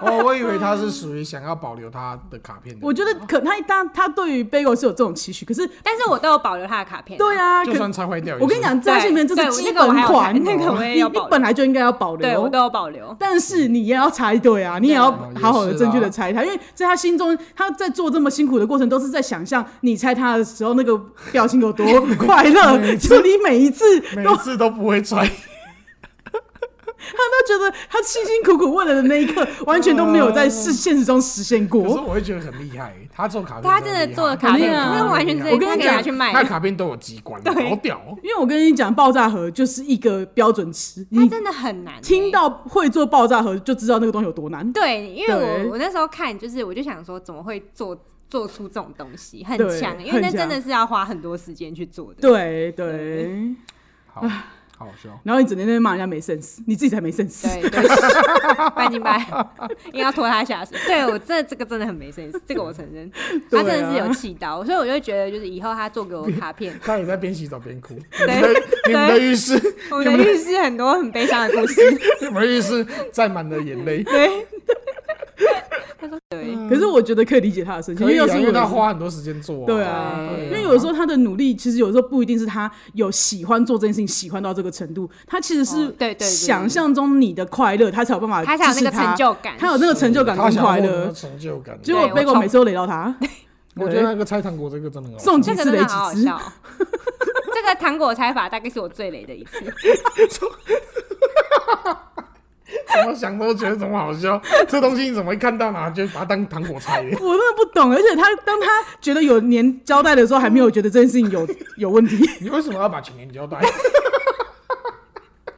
[SPEAKER 3] 哦，我以为他是属于想要保留他的卡片的，
[SPEAKER 1] 我觉得可他当他对于 Bagel 是有这种期许，可是
[SPEAKER 2] 但是我都有保留他的卡片。
[SPEAKER 1] 对啊，
[SPEAKER 3] 就
[SPEAKER 1] 可
[SPEAKER 3] 算拆坏掉也是，
[SPEAKER 1] 我跟你讲，在
[SPEAKER 2] 对
[SPEAKER 1] 这里面这
[SPEAKER 2] 对
[SPEAKER 1] 是
[SPEAKER 2] 我
[SPEAKER 1] 基
[SPEAKER 2] 那个我
[SPEAKER 1] 本
[SPEAKER 2] 还有
[SPEAKER 1] 款，
[SPEAKER 2] 看那个我也
[SPEAKER 1] 你
[SPEAKER 2] 要
[SPEAKER 1] 你
[SPEAKER 2] 保留
[SPEAKER 1] 本来就应该要保留。
[SPEAKER 2] 对我都有保留。
[SPEAKER 1] 但是你也要拆对啊，你也要
[SPEAKER 3] 对啊
[SPEAKER 1] 好好的、
[SPEAKER 3] 也是啊
[SPEAKER 1] 正确的拆它，因为在他心中，他在做这么辛苦的过程，都是在想象你拆它的时候那个表情 有多快乐，就是你每一次
[SPEAKER 3] 每
[SPEAKER 1] 都，
[SPEAKER 3] 一次都不会 拆，
[SPEAKER 1] 他都觉得他辛辛苦苦为了的那一刻，完全都没有在是现实中实现
[SPEAKER 3] 可是
[SPEAKER 1] 过。
[SPEAKER 3] 我会觉得很厉害，他做卡片，
[SPEAKER 2] 他真的做了卡
[SPEAKER 1] 片
[SPEAKER 3] 那
[SPEAKER 1] 那
[SPEAKER 2] 完全是
[SPEAKER 3] 我跟
[SPEAKER 2] 他
[SPEAKER 3] 你
[SPEAKER 2] 可以拿
[SPEAKER 3] 讲，
[SPEAKER 2] 去卖
[SPEAKER 3] 他的卡片都有机关，
[SPEAKER 2] 对
[SPEAKER 3] 好屌哦！
[SPEAKER 1] 因为我跟你讲，爆炸盒就是一个标准尺，
[SPEAKER 2] 它
[SPEAKER 1] 你
[SPEAKER 2] 真的很难欸、
[SPEAKER 1] 听到会做爆炸盒就知道那个东西有多难。
[SPEAKER 2] 对，因为
[SPEAKER 1] 对
[SPEAKER 2] 我我那时候看，就是我就想说，怎么会做做出这种东西，很
[SPEAKER 1] 对
[SPEAKER 2] 强，欸因
[SPEAKER 1] 很
[SPEAKER 2] 为那真
[SPEAKER 1] 强
[SPEAKER 2] 的是要花很多时间去做的。
[SPEAKER 1] 对对
[SPEAKER 2] 对，
[SPEAKER 3] 好，好笑。，
[SPEAKER 1] 然后你整天在骂人家没 sense，你自己才没 sense。
[SPEAKER 2] 对对，半 斤半，应该要拖他下水。对我这这个真的很没 sense，这个我承认，他真
[SPEAKER 1] 对
[SPEAKER 2] 的是
[SPEAKER 1] 啊
[SPEAKER 2] 有气到，所以我就觉得，就是以后他做给我的卡 片
[SPEAKER 3] 他也在边洗澡边哭。你
[SPEAKER 2] 对
[SPEAKER 3] 们的你们的浴室，
[SPEAKER 2] 我们的浴室很多很悲伤的故事。
[SPEAKER 3] 你们的浴室载满了眼泪。
[SPEAKER 2] 对， 他说对，
[SPEAKER 1] 可是我觉得可以理解他的生气，
[SPEAKER 3] 可以
[SPEAKER 1] 要
[SPEAKER 3] 啊，
[SPEAKER 1] 是
[SPEAKER 3] 因
[SPEAKER 1] 我
[SPEAKER 3] 为他
[SPEAKER 1] 也是
[SPEAKER 3] 花很多时间做。
[SPEAKER 1] 对啊
[SPEAKER 2] 对，
[SPEAKER 1] 因为有时候他的努力，其实有时候不一定是他有喜欢做这件事情，喜欢到这个程度，他其实
[SPEAKER 2] 哦
[SPEAKER 1] 是
[SPEAKER 2] 对对对
[SPEAKER 1] 想象中你的快乐，他才有办法
[SPEAKER 2] 他才有
[SPEAKER 1] 支
[SPEAKER 2] 那
[SPEAKER 1] 持
[SPEAKER 2] 个成
[SPEAKER 1] 他，
[SPEAKER 2] 就感，
[SPEAKER 1] 他有那个成就感
[SPEAKER 3] 他
[SPEAKER 1] 跟
[SPEAKER 3] 想
[SPEAKER 1] 快
[SPEAKER 3] 获得
[SPEAKER 1] 乐。
[SPEAKER 3] 成就感。
[SPEAKER 1] 结果
[SPEAKER 2] 对我
[SPEAKER 1] b a g
[SPEAKER 2] 超
[SPEAKER 1] e 每次都雷到 他，
[SPEAKER 3] 我觉得那个拆糖果这个真的很好笑。
[SPEAKER 1] 送
[SPEAKER 2] 这
[SPEAKER 1] 几
[SPEAKER 2] 个
[SPEAKER 1] 次
[SPEAKER 2] 真
[SPEAKER 1] 雷
[SPEAKER 2] 的
[SPEAKER 1] 几
[SPEAKER 2] 好好
[SPEAKER 1] 次，
[SPEAKER 2] 笑 哦。这个糖果拆法大概是我最雷的一 次，啊
[SPEAKER 3] 怎么想都觉得怎么好笑。这东西你怎么会看到哪就把它当糖果拆的？
[SPEAKER 1] 我真的不懂。而且他当他觉得有年交代的时候，还没有觉得这件事情有 有问题。
[SPEAKER 3] 你为什么要把全年交代？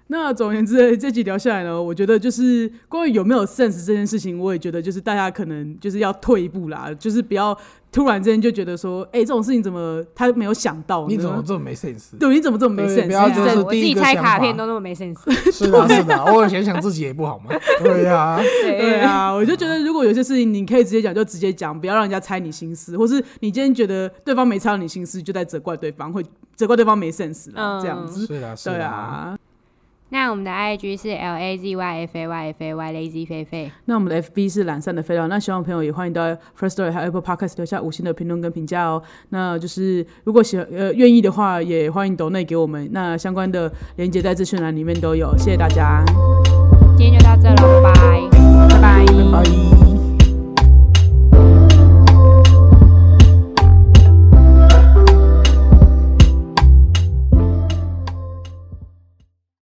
[SPEAKER 1] 那总而言之， 这集聊下来呢，我觉得就是关于有没有 sense 这件事情，我也觉得就是大家可能就是要退一步啦，就是不要突然之间就觉得说，哎、这种事情怎么他没有想到呢？
[SPEAKER 3] 这么没 sense？
[SPEAKER 1] 对？你啊怎么这么没
[SPEAKER 3] 对
[SPEAKER 1] sense？
[SPEAKER 3] 不要
[SPEAKER 1] 你
[SPEAKER 3] 就
[SPEAKER 1] 在
[SPEAKER 3] 是
[SPEAKER 2] 我自
[SPEAKER 3] 第一
[SPEAKER 2] 己
[SPEAKER 3] 个
[SPEAKER 2] 拆
[SPEAKER 3] 想
[SPEAKER 2] 卡
[SPEAKER 3] 法
[SPEAKER 2] 片都那么没 sense。
[SPEAKER 3] 是的，是的，偶尔想想自己也不好吗？对呀，
[SPEAKER 1] 对，啊，我就觉得如果有些事情你可以直接讲，就直接讲，不要让人家猜你心思，或是你今天觉得对方没猜到你心思，就在责怪对方，会责怪对方没 sense 啦，
[SPEAKER 2] 嗯
[SPEAKER 1] 这样子。
[SPEAKER 3] 是的，是
[SPEAKER 1] 对
[SPEAKER 3] 的。
[SPEAKER 1] 啊，
[SPEAKER 2] 那我们的 IG 是 L A Z Y F A Y F A Y Lazy 菲菲。
[SPEAKER 1] 那我们的 FB 是懒散的废料，那喜欢的朋友也欢迎到 First Story 还有 Apple Podcast 留下五星的评论跟评价哦。那就是如果喜呃愿意的话，也欢迎抖内给我们，那相关的连接在资讯栏里面都有，谢谢大家，
[SPEAKER 2] 今天就到这喽，拜拜。
[SPEAKER 1] 拜拜
[SPEAKER 3] 拜。